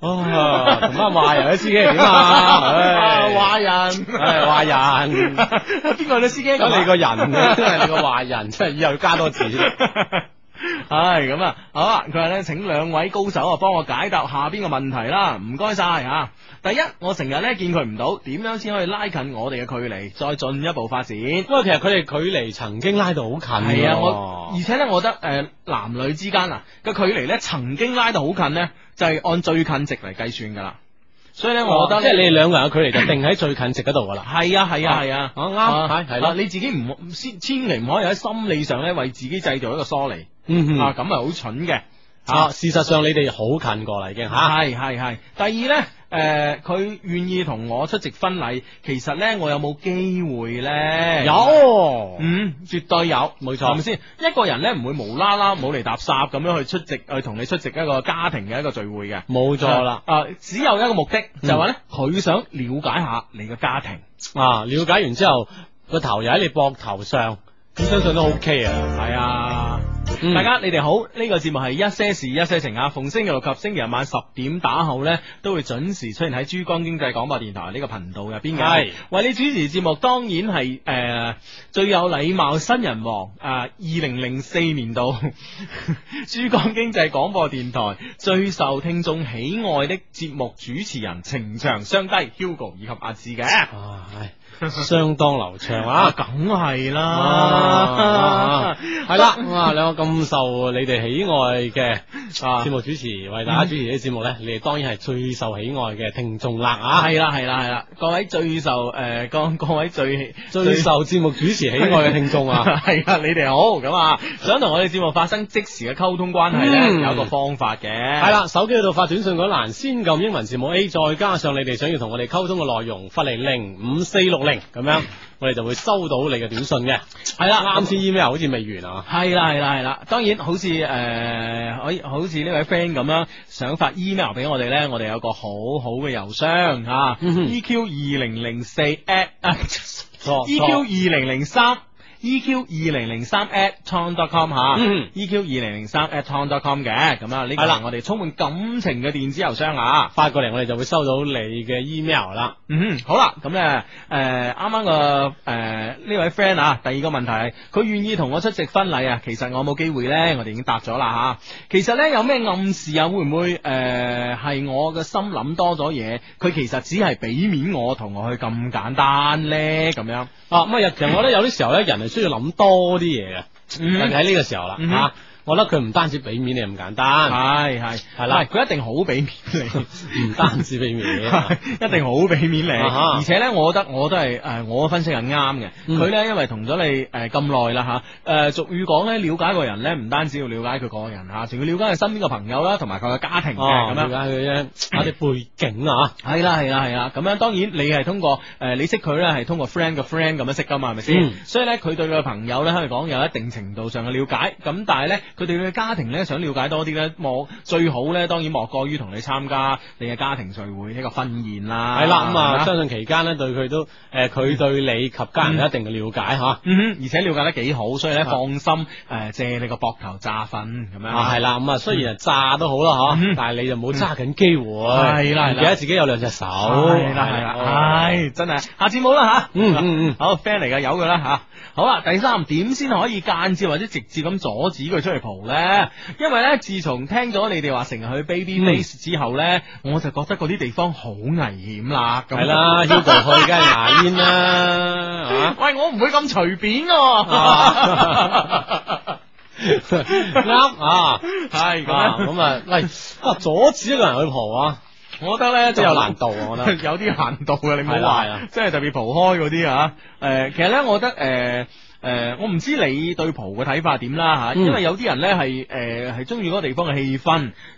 Speaker 2: 哦，同班壞人嘅 C K 點啊？
Speaker 1: 啊
Speaker 2: 唉
Speaker 1: 壞人，
Speaker 2: 唉壞 人，
Speaker 1: 邊個去咗 C K？
Speaker 2: 咁你個人 你真係你個壞人，真係以後要加多字。
Speaker 1: 唉，咁啊，好啊！佢話咧，請兩位高手啊，幫我解答下邊個問題啦，唔該晒吓。第一，我成日咧見佢唔到，點樣先可以拉近我哋嘅距離，再進一步發展？
Speaker 2: 不過其實佢哋距離曾經拉到好近喎。哦
Speaker 1: 係啊，我而且咧，我覺得誒、呃男女之間啊嘅距離咧，曾經拉到好近咧，就係、按最近值嚟計算噶啦。所以咧，我覺得
Speaker 2: 哦即係
Speaker 1: 咧
Speaker 2: 你哋兩個人嘅距離就定喺最近值嗰度噶啦。
Speaker 1: 係啊係啊係啊，
Speaker 2: 哦啱係係
Speaker 1: 啦、
Speaker 2: 咯
Speaker 1: 你自己唔唔先千祈唔可以喺心理上咧為自己製造一個疏離、
Speaker 2: 嗯哼
Speaker 1: 啊，咁係好蠢嘅。
Speaker 2: 啊，事實上你哋好近過啦，已經吓。
Speaker 1: 系系系。第二呢，诶、佢願意同我出席婚禮，其實呢，我有冇機會呢？，
Speaker 2: 有，
Speaker 1: 嗯，絕對有，
Speaker 2: 冇錯
Speaker 1: 係咪先？一個人呢，唔會無啦啦冇嚟搭霎咁樣去出席，去同你出席一個家庭嘅一個聚會嘅。
Speaker 2: 冇錯啦。
Speaker 1: 啊，只有一個目的，就
Speaker 2: 嗯
Speaker 1: 係話呢，佢想了解下你嘅家庭。
Speaker 2: 啊，了解完之後，個頭又喺你膊頭上，咁相信都 OK 啊。
Speaker 1: 係啊。
Speaker 2: 嗯
Speaker 1: 大家你哋好，呢、個節目係一些事一些情啊，逢星期六及星期日晚十點打後呢，都會準時出現喺珠江經濟廣播電台呢個頻道入邊嘅。
Speaker 2: 係
Speaker 1: 為你主持節目，當然係誒、呃最有禮貌新人王啊！二零零四年度 珠江經濟廣播電台最受聽眾喜愛的節目主持人，情長相低 Hugo 以及阿志嘅。
Speaker 2: 啊，唉相當流暢
Speaker 1: 啊，
Speaker 2: 啊。
Speaker 1: 梗係
Speaker 2: 啊啊
Speaker 1: 啦，
Speaker 2: 係啦，咁啊，兩個咁受你哋喜愛嘅
Speaker 1: 啊嗯
Speaker 2: 節目主持，為大家主持呢啲節目咧，你哋當然係最受喜愛嘅聽眾啦啊！
Speaker 1: 系啦系啦系啦，各位最受诶，各、各位最
Speaker 2: 最受節目主持喜愛嘅聽 眾啊！
Speaker 1: 系啦，你哋好咁啊！想同我哋節目發生即時嘅溝通關係咧，
Speaker 2: 嗯
Speaker 1: 有一個方法嘅。
Speaker 2: 系啦，手機嗰度發短信嗰欄，先撳英文字母 A，再加上你哋想要同我哋溝通嘅內容，發嚟零五四六零咁樣，我哋就會收到你嘅短信嘅。
Speaker 1: 係啦，
Speaker 2: 啱先 email 好似未完啊，
Speaker 1: 係啦係啦係啦，當然好似誒、呃可以好似呢位 friend 咁樣想發 email 俾我哋咧，我哋有個好好嘅郵箱啊
Speaker 2: 嗯哼
Speaker 1: ，EQ 二零零四 at 啊
Speaker 2: 錯
Speaker 1: EQ
Speaker 2: 錯
Speaker 1: 二零零三。EQ 二零零三 at tom dot com 啊吓
Speaker 2: 嗯
Speaker 1: ，EQ E 二零零三 at tom dot com 嘅，咁啊呢個
Speaker 2: 係啦
Speaker 1: 係我哋充滿感情嘅電子郵箱啊。
Speaker 2: 發過嚟我哋就會收到你嘅 email 啦。
Speaker 1: 嗯哼，好啦，咁咧，诶，啱啱個诶呢位 friend 啊，第二個問題，佢願意同我出席婚禮啊，其實我有冇機會呢，我哋已經答咗啦吓。其實呢，有咩暗示啊？會唔會诶係、我嘅心諗多咗嘢？佢其實只係俾面我同我去咁簡單呢。咁樣。
Speaker 2: 啊，咁啊，其實我覺得有啲時候咧，人係需要諗多啲嘢嘅，
Speaker 1: 嗯
Speaker 2: 特別喺呢個時候啦
Speaker 1: 嗯啊
Speaker 2: 吓。我覺得佢唔單止俾面你咁簡單，
Speaker 1: 係係
Speaker 2: 係嗯啦
Speaker 1: 喂佢一定好俾面你。
Speaker 2: 唔單止俾面你啊，
Speaker 1: 一定好俾面你，
Speaker 2: 啊哈
Speaker 1: 而且呢，我覺得我都係誒，我嘅分析係啱嘅。
Speaker 2: 嗯
Speaker 1: 佢呢，因為同咗你誒咁耐啦嚇，誒俗語講呢，了解個人呢，唔單止要了解佢個人嚇，仲要了解佢身邊嘅朋友啦，同埋佢嘅家庭嘅
Speaker 2: 嗯哦，
Speaker 1: 咁
Speaker 2: 了
Speaker 1: 樣。
Speaker 2: 解佢啫，啊啲背景啊，
Speaker 1: 係啦係啦係啦，咁樣當然你係通過誒、呃你識佢呢係通過 friend 嘅 friend 咁樣識噶嘛，係咪先？
Speaker 2: 嗯
Speaker 1: 所以呢，佢對佢嘅朋友呢，可以講有一定程度上嘅了解，咁但係呢，佢對佢嘅家庭咧想了解多啲咧，莫最好咧當然莫過於同你參加你嘅家庭聚會呢個婚宴啦。
Speaker 2: 系啦，
Speaker 1: 係
Speaker 2: 咁啊，
Speaker 1: 嘛
Speaker 2: 相信期間咧對佢都诶，佢對你及家人有一定嘅了解吓。
Speaker 1: 嗯哼，而且了解得幾好，所以咧
Speaker 2: 啊
Speaker 1: 放心诶借你個膊頭炸瞓咁樣。
Speaker 2: 啊，系啦，咁啊，雖然係炸都好啦，
Speaker 1: 嗯
Speaker 2: 嗬，但係你就冇揸緊機會，
Speaker 1: 係啦係啦
Speaker 2: 唔記得自己有兩隻手，
Speaker 1: 啊係啦係啦，唉，真係下次冇啦吓。
Speaker 2: 哦
Speaker 1: 啊
Speaker 2: 嗯嗯嗯
Speaker 1: 好 friend 嚟噶，有佢啦吓。好啦，第三點先可以間接或者直接咁阻止佢出去蒲咧？因為咧，自從聽咗你哋話成日去
Speaker 2: 嗯
Speaker 1: Baby Face 之後咧，我就覺得嗰啲地方好危險啦。咁
Speaker 2: 係啦，Hugo 去梗係牙 煙啊啦，係嘛？
Speaker 1: 喂，我唔會咁隨便
Speaker 2: 啊
Speaker 1: 喎。
Speaker 2: 啱啊，
Speaker 1: 係咁
Speaker 2: 啊
Speaker 1: 樣
Speaker 2: 咁啊，喂，啊阻止一個人去蒲啊，
Speaker 1: 我覺得咧就
Speaker 2: 真係有 難度啊我覺得
Speaker 1: 有啲難度嘅，你
Speaker 2: 係
Speaker 1: 冇
Speaker 2: 啦
Speaker 1: 話
Speaker 2: 係啦，
Speaker 1: 即係特別蒲開嗰啲啊。誒、其實咧，我覺得誒。誒，我唔知你對蒲嘅睇法點啦嚇，
Speaker 2: 嗯
Speaker 1: 因為有啲人咧係誒係中意嗰個地方嘅氣氛，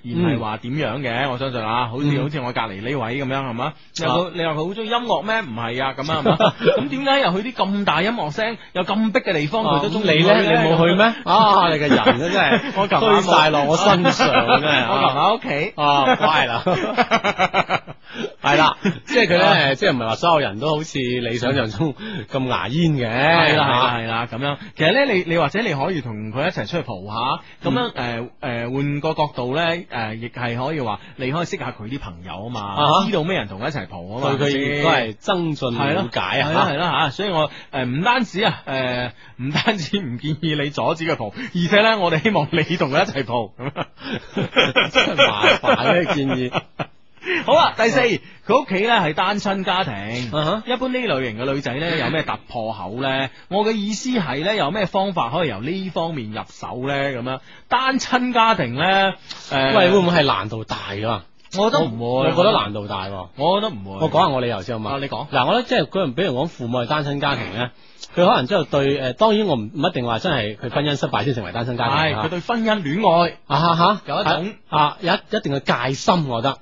Speaker 1: 而唔係話點樣嘅。我相信啊，好似、
Speaker 2: 嗯啊
Speaker 1: 好似我隔離呢位咁樣係嘛？你話佢你話佢好中意音樂咩？唔係啊咁啊係嘛？咁點解又去啲咁大音樂聲又咁逼嘅地方佢
Speaker 2: 幫
Speaker 1: 都
Speaker 2: 佢
Speaker 1: 中
Speaker 2: 中
Speaker 1: 意
Speaker 2: 你咧，啊哦你冇去 咩？啊，你嘅人真係
Speaker 1: 我琴晚
Speaker 2: 推
Speaker 1: 冇
Speaker 2: 晒落我身上，啊真係
Speaker 1: 我啊琴晚喺屋企。
Speaker 2: 啊，乖 啦，係啦，即係佢
Speaker 1: 啊
Speaker 2: 咧，即係唔係話所有人都好似你想象中咁牙煙嘅，
Speaker 1: 系
Speaker 2: 係
Speaker 1: 哎啦系啦系啦咁樣，其實咧你你或者你可以同佢一齊出去蒲下，咁樣诶诶換個角度咧诶，亦係可以話你可以識下佢啲朋友啊
Speaker 2: 啊
Speaker 1: 嘛，
Speaker 2: 哈
Speaker 1: 知道咩人同佢一齊蒲啊嘛，
Speaker 2: 對佢亦都係增進
Speaker 1: 係
Speaker 2: 了
Speaker 1: 咯
Speaker 2: 解啊，
Speaker 1: 係啦係啦吓，所以我诶唔單止啊诶唔單止唔建議你阻止佢蒲，而且咧我哋希望你同佢一齊蒲，咁樣
Speaker 2: 真係麻煩呢個建議。
Speaker 1: 好啦，第四，佢屋企咧係單親家庭。
Speaker 2: 啊
Speaker 1: 一般呢類型嘅女仔呢，有咩突破口呢？我嘅意思係呢，有咩方法可以由呢方面入手呢？咁樣單親家庭呢，诶、
Speaker 2: 哈喂，會唔會係難度大㗎？
Speaker 1: 我覺得唔
Speaker 2: 我
Speaker 1: 會，
Speaker 2: 覺得難度大喎。
Speaker 1: 我覺得唔會。
Speaker 2: 我講下我理由先好嘛？
Speaker 1: 啊你講
Speaker 2: 嗱，我覺得即係嗰人，比如講父母係單親家庭咧，佢可能真係對誒，當然我唔唔一定話真係佢婚姻失敗先成為單親家
Speaker 1: 係
Speaker 2: 庭
Speaker 1: 佢
Speaker 2: 啊
Speaker 1: 對婚姻戀愛
Speaker 2: 啊哈哈，
Speaker 1: 有一種
Speaker 2: 啊啊有一一定嘅戒心，我覺得。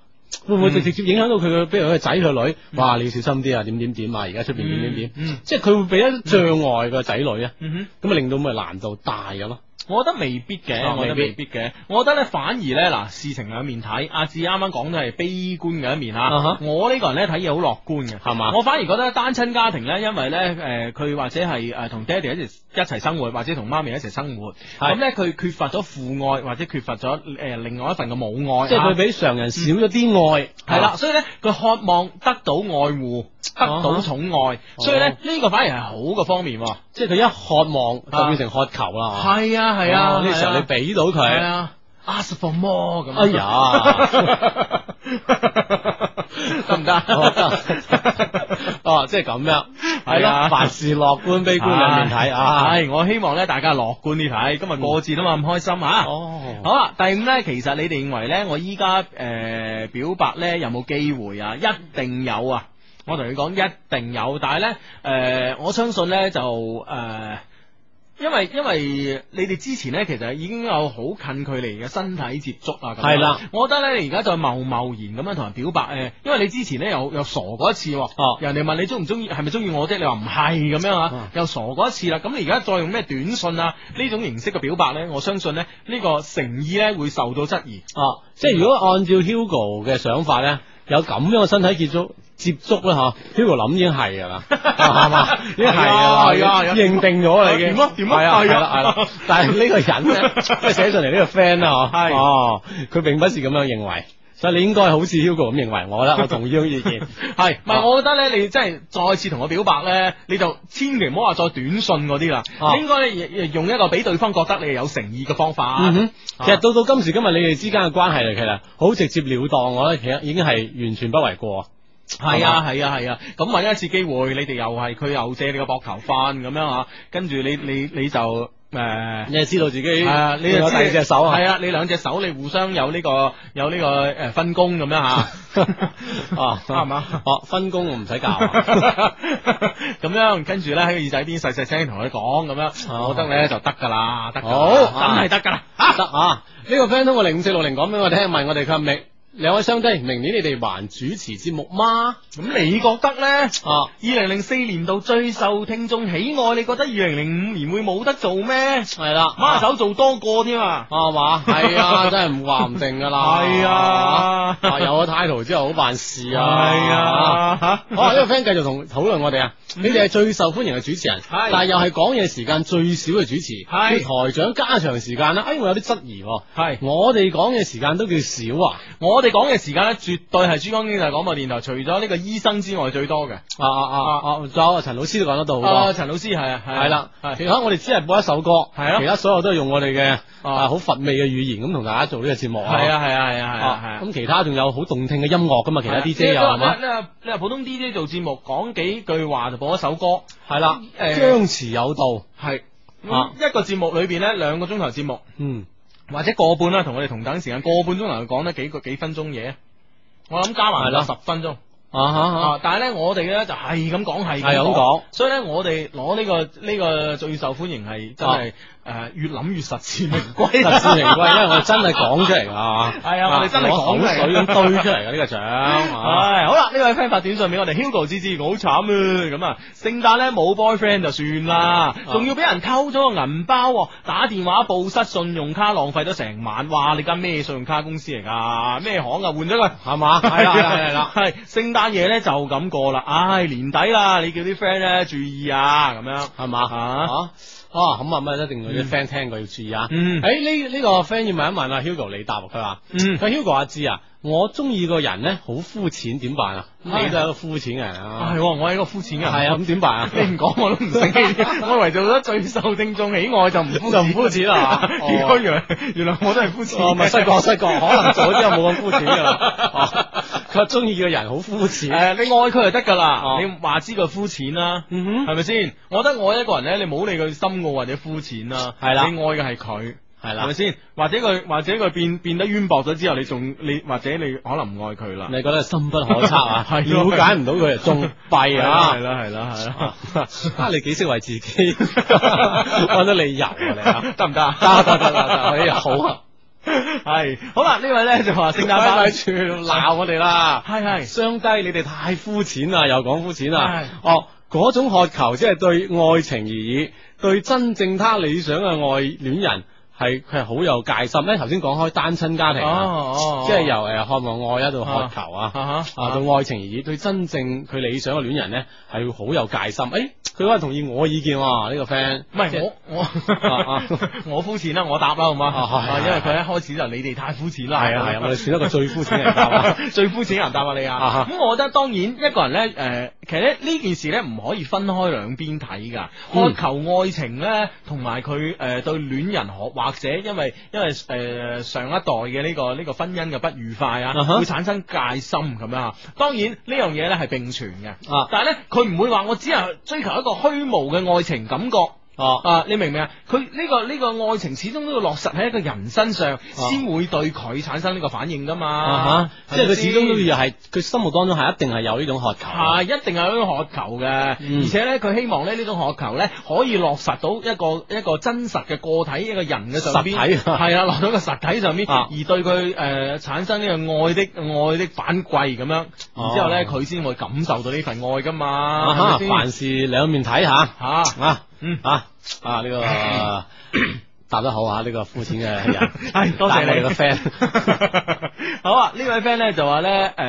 Speaker 1: 嗯
Speaker 2: 會唔會直接影響到佢嘅，比如佢個仔佢女，哇！你要小心啲啊，點點點啊，而家出邊點點點，
Speaker 1: 嗯
Speaker 2: 即係佢會俾一障礙個仔女啊，
Speaker 1: 嗯哼。
Speaker 2: 咁啊令到咪難度大咁咯。
Speaker 1: 我覺得未必嘅，
Speaker 2: 啊
Speaker 1: 我覺得未
Speaker 2: 未
Speaker 1: 必嘅。我覺得咧，反而咧，嗱，事情兩面睇。阿志啱啱講都係悲觀嘅一面
Speaker 2: 啊
Speaker 1: 吓
Speaker 2: 哈，啊
Speaker 1: 我呢個人咧睇嘢好樂觀嘅，
Speaker 2: 係嘛
Speaker 1: 我反而覺得單親家庭咧，因為咧，誒，佢或者係誒同爹哋一齊一齊生活，或者同媽咪一齊生活，咁咧佢缺乏咗父愛，或者缺乏咗誒另外一份嘅母愛啊，
Speaker 2: 即係佢比常人少咗啲愛，啊
Speaker 1: 系啦，所以咧佢渴望得到愛護，得到寵愛，所以
Speaker 2: 哦
Speaker 1: 咧呢個反而係好嘅方面喎。
Speaker 2: 即係佢一渴望就變成渴求啦。
Speaker 1: 啊係啊係
Speaker 2: 啊
Speaker 1: 啊，
Speaker 2: 呢時候你俾到
Speaker 1: 係
Speaker 2: 佢，
Speaker 1: 啊，ask for more 咁。啊
Speaker 2: 哎呀，
Speaker 1: 得唔得？
Speaker 2: 哦得哦，即係 咁樣，係
Speaker 1: 係啊
Speaker 2: 咯，凡事樂觀悲觀兩面睇啊。嗯
Speaker 1: 系我希望咧，大家樂觀啲睇。今日過節啊嘛，咁開心啊！
Speaker 2: 哦，
Speaker 1: 好啦，第五呢，其實你哋認為呢，我依家誒表白呢，有冇機會啊？一定有啊！我同你講，一定有，但係呢，誒、我相信呢，就呃誒。因為因為你哋之前呢，其實已經有好近距離嘅身體接觸啊，咁樣
Speaker 2: 係啦，
Speaker 1: 我覺得呢，你而家再貿貿然咁樣同人表白誒、因為你之前呢，又又傻過一次喎，
Speaker 2: 哦
Speaker 1: 人哋問你中唔中意，係咪中意我啫？你話唔係咁樣啊
Speaker 2: 啊，
Speaker 1: 又傻過一次啦。咁你而家再用咩短信啊呢種形式嘅表白呢？我相信呢，呢、個誠意呢會受到質疑。
Speaker 2: 哦，即係如果按照 Hugo 嘅想法咧，有咁樣嘅身體接觸接觸咧，嗬，Hugo 諗已經係 㗎啦，啊係嘛，已經係㗎啦，
Speaker 1: 係啊係啊
Speaker 2: 認定咗啦已經。
Speaker 1: 點啊點啊
Speaker 2: 係啊，係
Speaker 1: 係啊
Speaker 2: 啦，係啦。但係呢個人咧， 即係寫上嚟呢個 friend 啦，嗬，
Speaker 1: 係
Speaker 2: 哦，佢並不是咁樣認為，所以你應該好似 Hugo 咁認為我啦，我同意呢種意見。
Speaker 1: 係，唔係？
Speaker 2: 啊
Speaker 1: 我覺得呢，你真係再次同我表白呢，你就千祈唔好話再短信嗰啲啦，
Speaker 2: 啊
Speaker 1: 你應該呢用一個俾對方覺得你係有誠意嘅方法。
Speaker 2: 嗯哼，
Speaker 1: 啊
Speaker 2: 其實到到今時今日你哋之間嘅關係嚟，其實好直接了當，我覺得其實已經係完全不為過。
Speaker 1: 係
Speaker 2: 係
Speaker 1: 啊，係啊，係啊，咁揾一次機會，你哋又係佢又借你個膊頭翻咁樣啊，跟住你你你就誒。呃
Speaker 2: 你係知道自己
Speaker 1: 啊，你就
Speaker 2: 有第二隻手啊，
Speaker 1: 系啊，你兩隻手你互相有呢、個有呢、個诶分工咁樣吓，
Speaker 2: 哦，
Speaker 1: 啱唔啱？
Speaker 2: 哦，分工我唔使教 啊，
Speaker 1: 咁樣跟住咧喺個耳仔邊細細聲同佢講咁樣，
Speaker 2: 哦
Speaker 1: 我覺得咧就得㗎啦，得㗎啦
Speaker 2: 好
Speaker 1: 真係得㗎啦。
Speaker 2: 啊得啊！呢個 friend 通過零五四六零講俾我聽，問我哋佢係咪兩位相低，明年你哋還主持節目嗎？
Speaker 1: 咁你覺得呢？
Speaker 2: 啊，
Speaker 1: 二零零四年度最受聽眾喜愛，你覺得二零零五年會冇得做咩？
Speaker 2: 係啦，
Speaker 1: 孖手做多個添啊！
Speaker 2: 啊嘛，係 啊，真係唔話唔定噶啦，
Speaker 1: 係啊
Speaker 2: 啊有咗 title 之後好辦事啊，
Speaker 1: 係啊，嗯
Speaker 2: 好啊！呢個 friend 繼續同討論我哋啊，你哋係最受歡迎嘅主持人，
Speaker 1: 係
Speaker 2: 但係又係講嘢時間最少嘅主持，
Speaker 1: 係
Speaker 2: 叫台長加長時間啦。哎，我有啲質疑喎，
Speaker 1: 係
Speaker 2: 我哋講嘢時間都叫少啊，
Speaker 1: 我哋講嘅時間呢，絕對係珠江經濟廣播電台除咗呢個醫生之外最多嘅。
Speaker 2: 啊啊啊啊！仲有陳老師都講得到好
Speaker 1: 啊，
Speaker 2: 多。
Speaker 1: 陳老師係啊，係啊
Speaker 2: 係啦，其
Speaker 1: 係
Speaker 2: 他我哋只係播一首歌，
Speaker 1: 係咯
Speaker 2: 其他所有都係用我哋嘅
Speaker 1: 哦
Speaker 2: 啊好乏味嘅語言咁同大家做呢個節目
Speaker 1: 係啊，係啊，係啊，係啊，係
Speaker 2: 啊
Speaker 1: 啊。
Speaker 2: 咁其他仲有好動聽嘅音樂噶嘛，其他 DJ 又係嘛，
Speaker 1: 你話你話普通 DJ 做節目講幾句話就播一首歌，
Speaker 2: 係啦，
Speaker 1: 誒
Speaker 2: 張弛有度，
Speaker 1: 係
Speaker 2: 啊
Speaker 1: 一個節目裏邊咧兩個鐘頭節目
Speaker 2: 嗯，
Speaker 1: 或者個半啦，同我哋同等時間個半鐘頭講得幾個幾分鐘嘢，我諗加埋
Speaker 2: 係啦
Speaker 1: 啦十分鐘
Speaker 2: 啊哈哈
Speaker 1: 啊！但係咧我哋咧就係咁講係
Speaker 2: 係啊咁講，
Speaker 1: 所以咧我哋攞呢個呢個最受歡迎係真係誒越諗越實至名 歸，
Speaker 2: 啊實至名歸，因為我哋真係講出嚟㗎啊！
Speaker 1: 係啊我哋真係講出嚟
Speaker 2: 攞口水咁堆出嚟嘅呢個獎 啊！
Speaker 1: 唉，好啦，呢位 friend 發短信俾我哋，Hugo 芝芝，我好慘啊！咁啊，聖誕咧冇 boyfriend 就算
Speaker 2: 啊
Speaker 1: 啦，仲要俾人偷咗個銀包喎，打電話報失信用卡，浪費咗成晚。哇！你間咩信用卡公司嚟㗎？咩行啊？換咗佢。
Speaker 2: 係嘛？係啦係啦係 啦！
Speaker 1: 係聖誕夜咧就咁過啦，唉年底啦，你叫啲 friend 咧注意啊，咁樣
Speaker 2: 係嘛
Speaker 1: 嚇
Speaker 2: 啊啊咁啊乜一定要啲 friend 聽過要注意啊！
Speaker 1: 嗯
Speaker 2: 誒呢呢個 friend 要問一問啊，Hugo 你答佢話，
Speaker 1: 嗯
Speaker 2: 佢話 Hugo 阿志啊，我中意個人咧好膚淺，點辦啊？你
Speaker 1: 唉
Speaker 2: 都係一個膚淺嘅人啊
Speaker 1: 嗯係，喎，我係一個膚淺嘅人，
Speaker 2: 係啊，咁點辦啊？
Speaker 1: 你唔講我都唔醒起， 我以為做咗最受聽眾喜愛就唔膚
Speaker 2: 就唔膚 淺啦哦
Speaker 1: 結果原來原來我都係膚淺。
Speaker 2: 哦，咪 失覺失覺，可能做咗之後冇咁膚淺㗎啦。哦佢話中意個人好 膚
Speaker 1: 誒、
Speaker 2: 淺，
Speaker 1: 你愛佢就得㗎啦
Speaker 2: 哦，
Speaker 1: 你話知佢膚淺啦，
Speaker 2: 嗯哼
Speaker 1: 係咪先？我覺得愛一個人咧，你冇理佢深奧或者膚淺啦，
Speaker 2: 係啦
Speaker 1: 你愛嘅係佢。
Speaker 2: 係
Speaker 1: 係
Speaker 2: 啦
Speaker 1: 咪。先？或者佢或者佢變變得淵博咗之後，你仲你或者你可能唔愛佢啦。？
Speaker 2: 你覺得深不可測啊
Speaker 1: 係
Speaker 2: 了
Speaker 1: 咯
Speaker 2: 解唔到佢就中弊
Speaker 1: 啦係啦
Speaker 2: 啊！
Speaker 1: 係啦係啦，
Speaker 2: 啊，你幾識為自己 揾到理由啊你啊！
Speaker 1: 得唔得啊？
Speaker 2: 得得得得得，哎呀好啊！
Speaker 1: 係好啦，呢位咧就話聖誕
Speaker 2: 咪
Speaker 1: 快
Speaker 2: 住鬧我哋啦！
Speaker 1: 係係
Speaker 2: 相低你哋太膚淺啦，又講膚淺啦
Speaker 1: 係。
Speaker 2: 哦，嗰種渴求只係對愛情而已，對真正他理想嘅愛戀人係佢係好有戒心咧。頭先講開單親家庭啊，
Speaker 1: 哦
Speaker 2: 即係由誒渴望愛一到渴求啊。
Speaker 1: 啊哈
Speaker 2: 啊，對愛情而言，對真正佢理想嘅戀人咧，係會好有戒心。誒、哎佢可能同意我意見喎、呢、個 friend。
Speaker 1: 唔係我我 我膚淺啦，我答啦好嘛？
Speaker 2: 啊係
Speaker 1: 啊因為佢一開始就你哋太膚淺啦。
Speaker 2: 係啊係啊，我哋選一個最膚淺嘅 人答啦。
Speaker 1: 啊最膚淺嘅人答啊你
Speaker 2: 啊哈
Speaker 1: 啊！咁我覺得當然一個人咧，誒、其實咧呢件事咧唔可以分開兩邊睇㗎。
Speaker 2: 嗯
Speaker 1: 渴求愛情咧，同埋佢誒對戀人學或者因為因為誒、呃上一代嘅呢、個呢、個婚姻嘅不愉快啊
Speaker 2: 啊哈
Speaker 1: 會產生戒心咁樣啊。當然呢樣嘢咧係並存嘅，
Speaker 2: 啊
Speaker 1: 但係咧佢唔會話我只係追求一個虛無嘅愛情感覺。
Speaker 2: 哦，
Speaker 1: 啊，你明唔明啊？佢呢、個呢、個愛情始終都要落實喺一個人身上，先會對佢產生呢個反應噶嘛
Speaker 2: 啊。哈，即係佢始終都
Speaker 1: 係咪先
Speaker 2: 要係佢心目當中係一定係有呢種渴求。啊
Speaker 1: 係啊一定係有呢種渴求嘅，
Speaker 2: 嗯
Speaker 1: 而且咧佢希望咧呢種渴求咧可以落實到一個一個真實嘅個體一個人嘅上邊，
Speaker 2: 實體啊
Speaker 1: 係啊，落到一個實體上邊，
Speaker 2: 啊
Speaker 1: 而對佢誒、呃、產生呢個愛的愛的反饋咁樣，然之後咧
Speaker 2: 哦
Speaker 1: 佢先會感受到呢份愛噶
Speaker 2: 啊
Speaker 1: 嘛，
Speaker 2: 哈，
Speaker 1: 係咪先
Speaker 2: 凡事兩面睇下。
Speaker 1: 嚇
Speaker 2: 啊，
Speaker 1: 嗯
Speaker 2: 啊啊呢 個答得好啊！呢個膚淺嘅 人，
Speaker 1: 係多謝
Speaker 2: 答我哋
Speaker 1: 哎你
Speaker 2: 個 friend。
Speaker 1: 好啊！呢位 friend 咧就話咧，誒、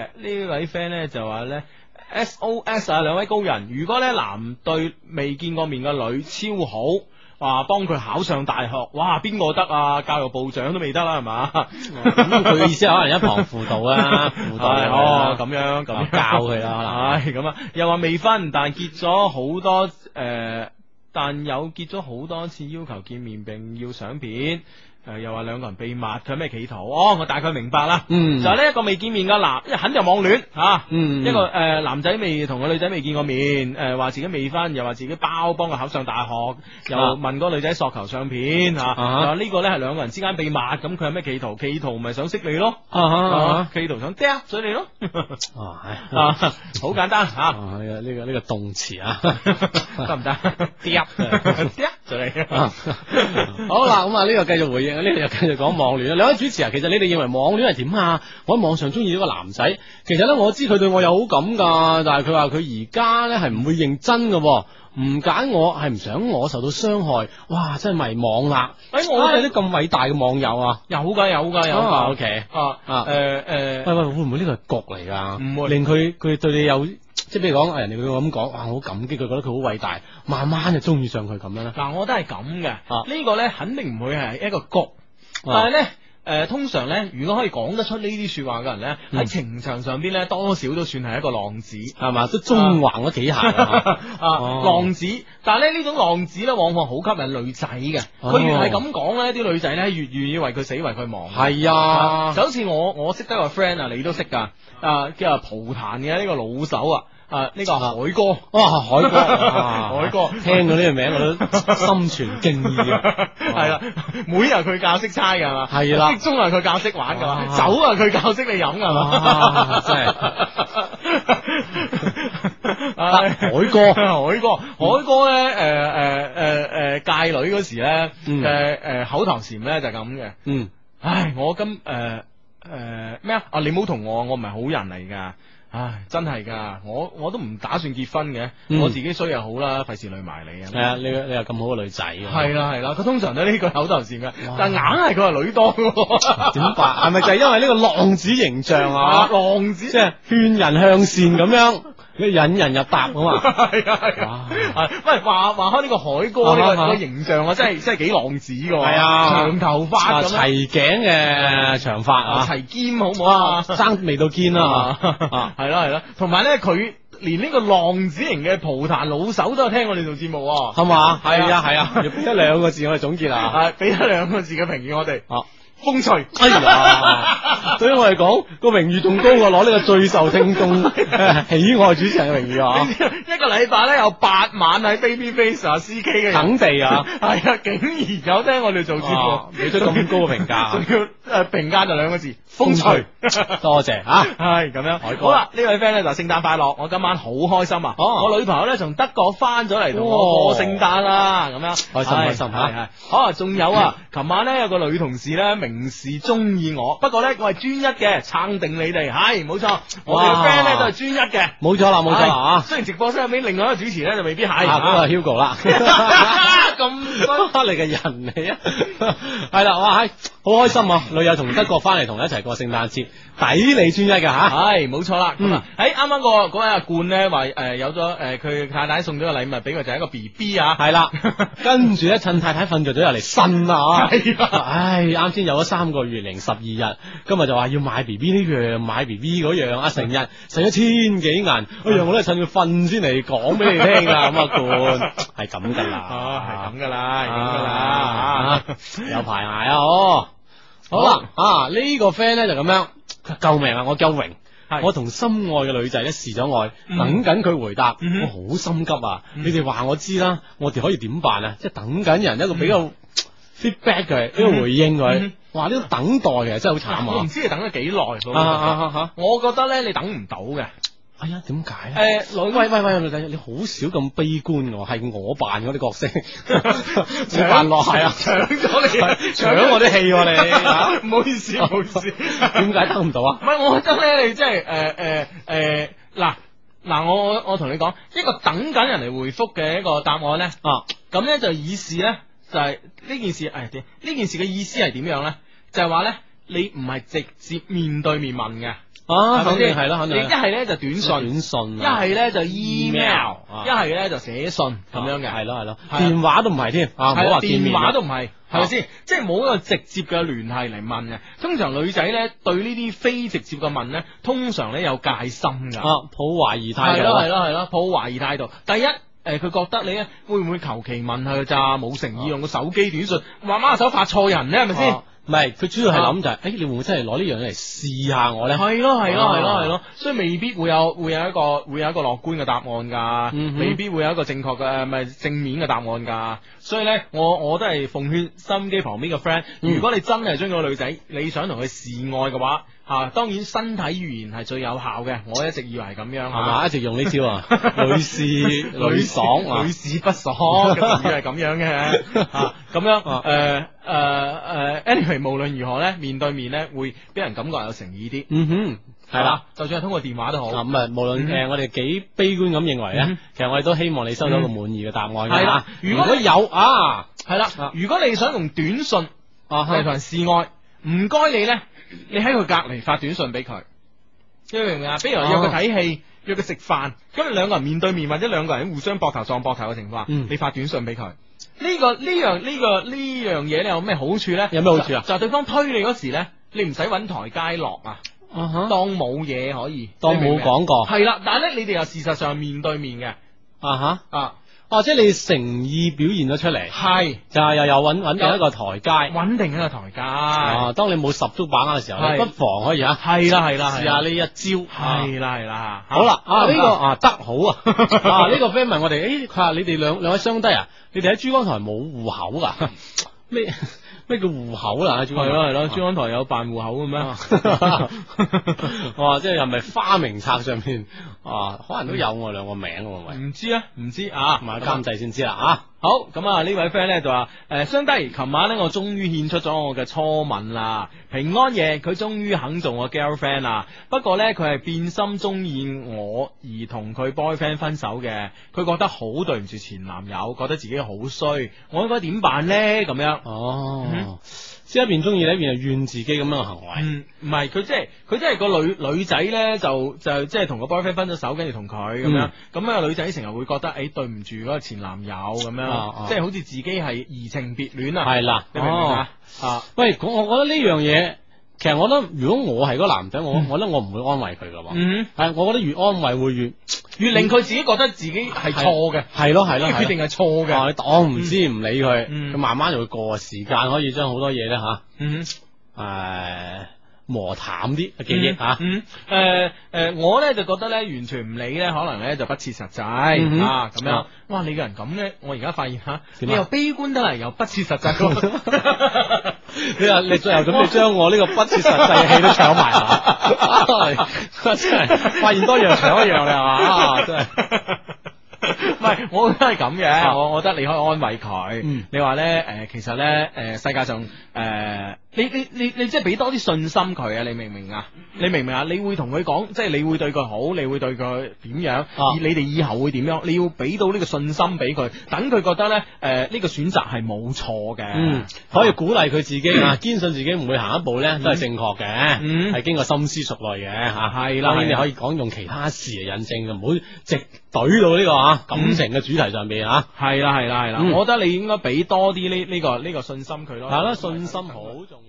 Speaker 1: 呢位 friend 咧就話咧。S.O.S 啊，兩位高人，如果咧男對未見過面嘅女超好，話幫佢考上大學，哇，邊個得啊？教育部長都未得啦，係嘛？
Speaker 2: 咁 佢嘅意思可能一旁輔導啦，輔導
Speaker 1: 係
Speaker 2: 佢
Speaker 1: 哦
Speaker 2: 啦，
Speaker 1: 咁樣咁樣
Speaker 2: 教佢啦可能
Speaker 1: 唉，咁啊，又話未婚，但結咗好多誒、呃但有結咗好多次要求見面並要相片。誒、又話兩個人秘密，佢有咩企圖？哦，我大概明白啦。
Speaker 2: 嗯
Speaker 1: 就係呢一個未見面嘅男，一肯就網戀嚇，啊
Speaker 2: 嗯
Speaker 1: 一個誒、呃男仔未同個女仔未見過面，誒、呃話自己未婚，又話自己包幫佢考上大學，又
Speaker 2: 啊
Speaker 1: 問嗰個女仔索求相片嚇，啊
Speaker 2: 啊哈
Speaker 1: 又話呢個咧係兩個人之間秘密，咁佢有咩企圖？企圖咪想識你咯，
Speaker 2: 啊哈啊哈
Speaker 1: 啊企圖想嗲咗你咯。
Speaker 2: 啊唉
Speaker 1: 啊， 好簡單吓，
Speaker 2: 啊！呢個呢個呢個動詞 啊，
Speaker 1: 得唔得？
Speaker 2: 嗲
Speaker 1: 嗲就嚟。
Speaker 2: 啊好啦，咁啊呢個繼續回應哋呢度又繼續講網戀啦。兩位主持啊，其實你哋認為網戀係點啊？我喺網上中意咗個男仔，其實咧我知佢對我有好感㗎，但係佢話佢而家咧係唔會認真嘅喎，唔揀我係唔想我受到傷害。哇！真係迷惘啦！
Speaker 1: 哎我
Speaker 2: 我哋啲咁偉大嘅網友啊！
Speaker 1: 有噶有噶有
Speaker 2: 啊
Speaker 1: 噶
Speaker 2: ，OK
Speaker 1: 啊呃
Speaker 2: 啊
Speaker 1: 诶诶
Speaker 2: 喂喂，會唔會呢個係局嚟㗎？
Speaker 1: 唔會
Speaker 2: 令佢佢對你有即係譬如講，哎人哋佢咁講，啊哇！我好感激佢，覺得佢好偉大，慢慢就中意上佢咁樣啦。
Speaker 1: 嗱，我覺得係咁
Speaker 2: 啊
Speaker 1: 嘅，呢個咧肯定唔會係一個局，但係咧。誒、通常咧，如果可以講得出呢啲説話嘅人咧，喺
Speaker 2: 嗯
Speaker 1: 情場上邊咧，多少都算係一個浪子。
Speaker 2: 係嘛，都中橫咗幾下 啊。
Speaker 1: 啊，
Speaker 2: 哦
Speaker 1: 浪子，但系咧呢種浪子咧，往往好吸引女仔嘅。
Speaker 2: 哦
Speaker 1: 佢越係咁講咧，啲女仔咧越願意為佢死為佢亡。
Speaker 2: 係啊
Speaker 1: 就好似我我識得個 friend 啊，你都識噶，啊叫啊蒲壇嘅呢個老手啊，啊呢個海哥。
Speaker 2: 哇！海哥，啊
Speaker 1: 海哥
Speaker 2: 聽到呢個名我 都心存敬意啊！
Speaker 1: 係啦，每日佢教識猜噶嘛，
Speaker 2: 係啦
Speaker 1: 骰盅啊佢教識玩噶嘛，
Speaker 2: 哇
Speaker 1: 酒啊佢教識你飲噶嘛
Speaker 2: 哇，啊 真係
Speaker 1: 唉
Speaker 2: 得啊海哥
Speaker 1: 啊海哥，海哥咧，誒誒誒誒，戒女嗰時咧，
Speaker 2: 嗯
Speaker 1: 誒誒口頭禪咧就係咁嘅，
Speaker 2: 嗯，
Speaker 1: 唉，我今誒誒咩啊？啊，你唔好同我，我唔係好人嚟噶。唉，真係噶，我我都唔打算結婚嘅，
Speaker 2: 嗯
Speaker 1: 我自己衰又好啦，費事累埋你啊。
Speaker 2: 係啊，你你又咁好嘅女仔，啊
Speaker 1: 系，啦系啦，佢通常都呢句口頭禪嘅
Speaker 2: 哇，
Speaker 1: 但硬係佢係女多嘅，
Speaker 2: 點辦？係咪就係因為呢個浪子形象
Speaker 1: 啊？
Speaker 2: 啊？
Speaker 1: 浪子
Speaker 2: 即係勸人向善咁樣，你引人入搭啊 嘛？
Speaker 1: 係啊係啊，係喂話話開呢個海哥呢
Speaker 2: 啊啊
Speaker 1: 個
Speaker 2: 啊
Speaker 1: 個形象啊，真係真係幾浪子嘅喎，
Speaker 2: 係啊
Speaker 1: 長頭
Speaker 2: 啊，
Speaker 1: 髮咁樣
Speaker 2: 齊頸嘅長 髮
Speaker 1: 啊，
Speaker 2: 啊，
Speaker 1: 齊肩好唔好啊？
Speaker 2: 生未到 肩啦啊！
Speaker 1: 係啦係啦，同埋咧佢連呢個浪子型嘅蒲壇老手都有聽我哋做節目喎，
Speaker 2: 係嘛？
Speaker 1: 係啊
Speaker 2: 係啊係啊，一兩個字我哋總結 啦。
Speaker 1: 係俾咗兩個字嘅評語我哋，
Speaker 2: 啊
Speaker 1: 風趣。
Speaker 2: 哎啊呀，對於我嚟講，個榮譽仲高過攞呢個最受聽 眾呃喜愛主持人嘅榮譽 啊！
Speaker 1: 一個禮拜咧有八晚喺 Baby Face 啊 CK 嘅人
Speaker 2: 肯地啊！
Speaker 1: 系啊，竟然有聽我哋做節
Speaker 2: 哇
Speaker 1: 目，
Speaker 2: 啊俾咗咁高嘅評價
Speaker 1: 仲要诶評價就兩個字，風
Speaker 2: 風
Speaker 1: 趣
Speaker 2: 趣。多謝啊！
Speaker 1: 係咁樣，
Speaker 2: 海哥
Speaker 1: 好啦，呢位 friend 咧就聖誕快樂，我今晚好開心啊！
Speaker 2: 哦
Speaker 1: 我女朋友咧從德國翻咗嚟同我過
Speaker 2: 哦
Speaker 1: 聖誕啦，咁樣
Speaker 2: 開心
Speaker 1: 係
Speaker 2: 開心嚇
Speaker 1: 係係好啊，仲有啊，琴晚咧有個女同事咧明示中意我，不過咧我係專一嘅，撐定你哋，係冇錯，我哋嘅
Speaker 2: 哇
Speaker 1: friend 咧都係專一嘅。
Speaker 2: 冇錯啦，冇錯啦
Speaker 1: 係
Speaker 2: 啊！
Speaker 1: 雖然直播室入面另外一個主持咧就未必係
Speaker 2: 啊， 嗰個係 Hugo 啦，
Speaker 1: 咁衰。
Speaker 2: 你嘅人嚟啊！係啦，哇，係好開心啊！女友從德國翻嚟同我一齊過聖誕節，抵你專一㗎吓。
Speaker 1: 系冇錯啦，咁啊
Speaker 2: 嗯，
Speaker 1: 喺啱啱個嗰位阿冠咧話诶有咗诶佢太太送咗個禮物俾佢就係一個 B B 啊，
Speaker 2: 係 啦，跟住咧趁太太瞓着咗又嚟呻啦
Speaker 1: 係啊
Speaker 2: 啊！唉，啱先有咗三個月零十二日，今日就話要買 B B 呢樣買 B B 嗰樣啊，成日使咗千幾銀，哎呀，我都係趁佢瞓先嚟講俾你聽㗎，咁 啊冠係咁㗎
Speaker 1: 啊係
Speaker 2: 啦，
Speaker 1: 咁噶啦，係咁噶啦
Speaker 2: 啊，有排挨啊！哦，好啦，啊呢個 friend 咧就咁樣，救命啊！我救榮。
Speaker 1: 係
Speaker 2: 我同心愛嘅女仔咧示咗愛，
Speaker 1: 嗯
Speaker 2: 等緊佢回答，
Speaker 1: 嗯
Speaker 2: 我好心急啊！你哋話我知啦，我哋可以點辦啊？即係等緊人一個比較 feedback 佢，一個回應
Speaker 1: 嗯
Speaker 2: 佢。哇！呢個等待其實真係
Speaker 1: 嗱
Speaker 2: 好
Speaker 1: 我唔
Speaker 2: 慘
Speaker 1: 知你等咗幾耐，
Speaker 2: 啊！啊啊啊啊！
Speaker 1: 我覺得咧你等唔到嘅，
Speaker 2: 哎呀，點解咧？
Speaker 1: 诶女
Speaker 2: 喂喂喂，女仔，你好少咁悲觀嘅喎，係我扮嗰啲角色，
Speaker 1: 搶
Speaker 2: 我扮落係啊，
Speaker 1: 搶 咗你，
Speaker 2: 搶我啲戲喎 你啊
Speaker 1: 唔好意思，唔好意思，
Speaker 2: 點解得唔到啊
Speaker 1: 唔？係，我覺得咧，你真係誒誒誒嗱嗱，我我我同你講，一個等緊人嚟回覆嘅一個答案咧，
Speaker 2: 啊，
Speaker 1: 咁咧就以示咧就係、呢件事誒點？呢件事嘅意思係點樣咧？就係話咧，你唔係直接面對面問嘅，
Speaker 2: 啊，肯
Speaker 1: 咪先
Speaker 2: 定係啦，肯定
Speaker 1: 你一係咧就短信，
Speaker 2: 短信
Speaker 1: 一
Speaker 2: 啊，
Speaker 1: 係咧就
Speaker 2: email，
Speaker 1: email，
Speaker 2: 啊
Speaker 1: 一係咧就寫信咁樣嘅，
Speaker 2: 係咯係咯，
Speaker 1: 係啊
Speaker 2: 電話都唔係添啊，
Speaker 1: 係
Speaker 2: 唔好
Speaker 1: 啦，啊
Speaker 2: 話見
Speaker 1: 電
Speaker 2: 面
Speaker 1: 話
Speaker 2: 啦
Speaker 1: 都唔係，係咪先？即係冇一個直接嘅聯繫嚟問嘅。通常女仔咧對呢啲非直接嘅問咧，通常咧有戒心噶。
Speaker 2: 啊，抱懷疑態
Speaker 1: 係
Speaker 2: 度
Speaker 1: 咯
Speaker 2: 啊
Speaker 1: 係。咯係咯，抱懷疑態度。第一。誒佢、覺得你咧會唔會求其問佢咋冇誠意用個手機短信，話媽手發錯人咧係咪先？啊
Speaker 2: 哦唔係，佢主要係諗就係，誒，你會唔會真係攞呢樣嘢嚟試下我咧？
Speaker 1: 係咯係咯係咯
Speaker 2: 啊
Speaker 1: 係咯，所以未必會有會有一個會有一個樂觀嘅答案㗎，
Speaker 2: 嗯哼
Speaker 1: 未必會有一個正確嘅呃唔係正面嘅答案㗎。所以咧，我我都係奉勸心機旁邊嘅 friend，
Speaker 2: 嗯
Speaker 1: 如果你真係中意個女仔，你想同佢示愛嘅話，啊，當然身體語言係最有效嘅，我一直以為係咁樣，係
Speaker 2: 係嘛？一直用呢招 啊，女士女爽啊
Speaker 1: 女，士不爽嘅成語係咁樣 嘅，啊咁樣
Speaker 2: 啊
Speaker 1: 誒誒誒，anyway 呃無論如何咧，面對面咧會俾人感覺有誠意啲，
Speaker 2: 嗯哼，係啦。
Speaker 1: 啊，就算係通過電話都好
Speaker 2: 啊，咁啊，無論
Speaker 1: 嗯
Speaker 2: 誒我哋幾悲觀咁認為咧
Speaker 1: 嗯，
Speaker 2: 其實我哋都希望你收到一個滿意嘅答案㗎
Speaker 1: 係啦
Speaker 2: 嚇
Speaker 1: 如
Speaker 2: 如
Speaker 1: 果
Speaker 2: 果有啊，
Speaker 1: 係啦
Speaker 2: 啊。
Speaker 1: 如果你想用短信
Speaker 2: 啊
Speaker 1: 嚟同人示愛，唔該你咧，你喺佢隔離發短信俾佢，你明唔明啊？比如話約佢睇戲。約佢食飯，咁兩個人面對面或者兩個人互相膊頭撞膊頭嘅情況，
Speaker 2: 嗯
Speaker 1: 你發短信俾佢，呢、個呢樣呢個呢樣嘢咧有咩好處咧？
Speaker 2: 有咩好處啊
Speaker 1: 就就係對方推你嗰時咧，你唔使揾台階落啊，
Speaker 2: 啊哈
Speaker 1: 當冇嘢可以，
Speaker 2: 當冇講過
Speaker 1: 係啊啦，但係咧你哋又事實上面對面嘅
Speaker 2: 啊哈，
Speaker 1: 啊，
Speaker 2: 哦，即係你誠意表現咗出嚟，
Speaker 1: 係
Speaker 2: 就係又有揾揾到一個台階。
Speaker 1: 穩定一個台階，
Speaker 2: 啊，當你冇十足把握嘅時候，
Speaker 1: 係
Speaker 2: 你不妨可以啊，
Speaker 1: 係啦係啦，
Speaker 2: 試
Speaker 1: 係
Speaker 2: 下
Speaker 1: 啦
Speaker 2: 呢一招。啊
Speaker 1: 係啦係啦，
Speaker 2: 好啦，啊呢個
Speaker 1: 個
Speaker 2: 啊得好啊， 啊呢個 friend 問我哋，誒佢話你哋兩兩位雙低啊，你哋喺珠江台冇户口 噶，咩咩叫户口啦？喺珠江
Speaker 1: 啊
Speaker 2: 台啊
Speaker 1: 江台有辦户口嘅咩
Speaker 2: 哇！即係係咪花名冊上面啊？可能都有我兩個名喎，咪
Speaker 1: 唔知啊，唔知啊，
Speaker 2: 咪監製先知啦啊！
Speaker 1: 好咁啊！呢位 friend 咧就話：诶、相低，琴晚咧我終於獻出咗我嘅初吻啦！平安夜佢終於肯做我 girlfriend 啦。不過咧佢係變心中意我而同佢 boyfriend 分手嘅，佢覺得好對唔住前男友，覺得自己好衰，我應該點辦呢？咁樣。嗯
Speaker 2: 哦，即係一邊中意，一邊又怨自己咁樣嘅行為。
Speaker 1: 嗯，唔係佢即係佢即係個女女仔咧，就就即係同個 boyfriend 分咗手，跟住同佢咁
Speaker 2: 嗯
Speaker 1: 樣，咁啊女仔成日會覺得，誒、對唔住嗰個前男友咁樣，
Speaker 2: 啊啊
Speaker 1: 即係好似自己係移情別戀啊，
Speaker 2: 係啦，
Speaker 1: 你明唔明啊？
Speaker 2: 啊，喂，我我覺得呢樣嘢，其實我覺得如果我係嗰個男仔，我我覺得我唔會安慰佢噶喎。
Speaker 1: 嗯，
Speaker 2: 係，我覺得越安慰會越
Speaker 1: 越令佢自己覺得自己係錯嘅，
Speaker 2: 係咯係
Speaker 1: 呢
Speaker 2: 咯，
Speaker 1: 個決定係錯
Speaker 2: 嘅。啊
Speaker 1: 嘅。
Speaker 2: 你當唔知唔理佢，
Speaker 1: 嗯
Speaker 2: 佢慢慢就會過時間，可以將好多嘢咧吓
Speaker 1: 嗯，
Speaker 2: 誒磨淡啲嘅記憶啊嚇。
Speaker 1: 嗯，誒誒，我咧就覺得咧，完全唔理咧，可能咧就不切實際
Speaker 2: 嗯哼
Speaker 1: 啊，咁樣
Speaker 2: 啊。
Speaker 1: 哇，你個人咁咧，我而家發現嚇，
Speaker 2: 點
Speaker 1: 你
Speaker 2: 啊
Speaker 1: 又悲觀得嚟，又不切實際喎。
Speaker 2: 你話你最後準備將我呢個不切實際嘅戲都搶 埋啊！真係 發現多樣搶一樣你係嘛？ 啊真係
Speaker 1: 唔係，我覺得係咁嘅，
Speaker 2: 啊
Speaker 1: 我我覺得你可以安慰佢。
Speaker 2: 嗯
Speaker 1: 你話咧，誒，其實咧，誒，世界上，誒，你你你你即係俾多啲信心佢啊！你明唔明啊？
Speaker 2: 嗯
Speaker 1: 你明唔明啊？你會同佢講，即係你會對佢好，你會對佢點樣？
Speaker 2: 啊
Speaker 1: 而你哋以後會點樣？你要俾到呢個信心俾佢，等佢覺得咧，誒，呢個選擇係冇錯嘅。
Speaker 2: 嗯，可以鼓勵佢自己啊，堅信自己唔會行一步咧，都係正確
Speaker 1: 嗯
Speaker 2: 嘅，係經過深思熟慮嘅吓。
Speaker 1: 係啦係啊
Speaker 2: 當然你
Speaker 1: 啦
Speaker 2: 可以講用其他事嚟印證，就唔好直懟到呢個啊感情嘅主題上邊啊。
Speaker 1: 係啦，係啦，係啦，
Speaker 2: 嗯
Speaker 1: 我覺得你應該俾多啲呢呢個呢個信心佢咯。
Speaker 2: 係啦，信心好重要。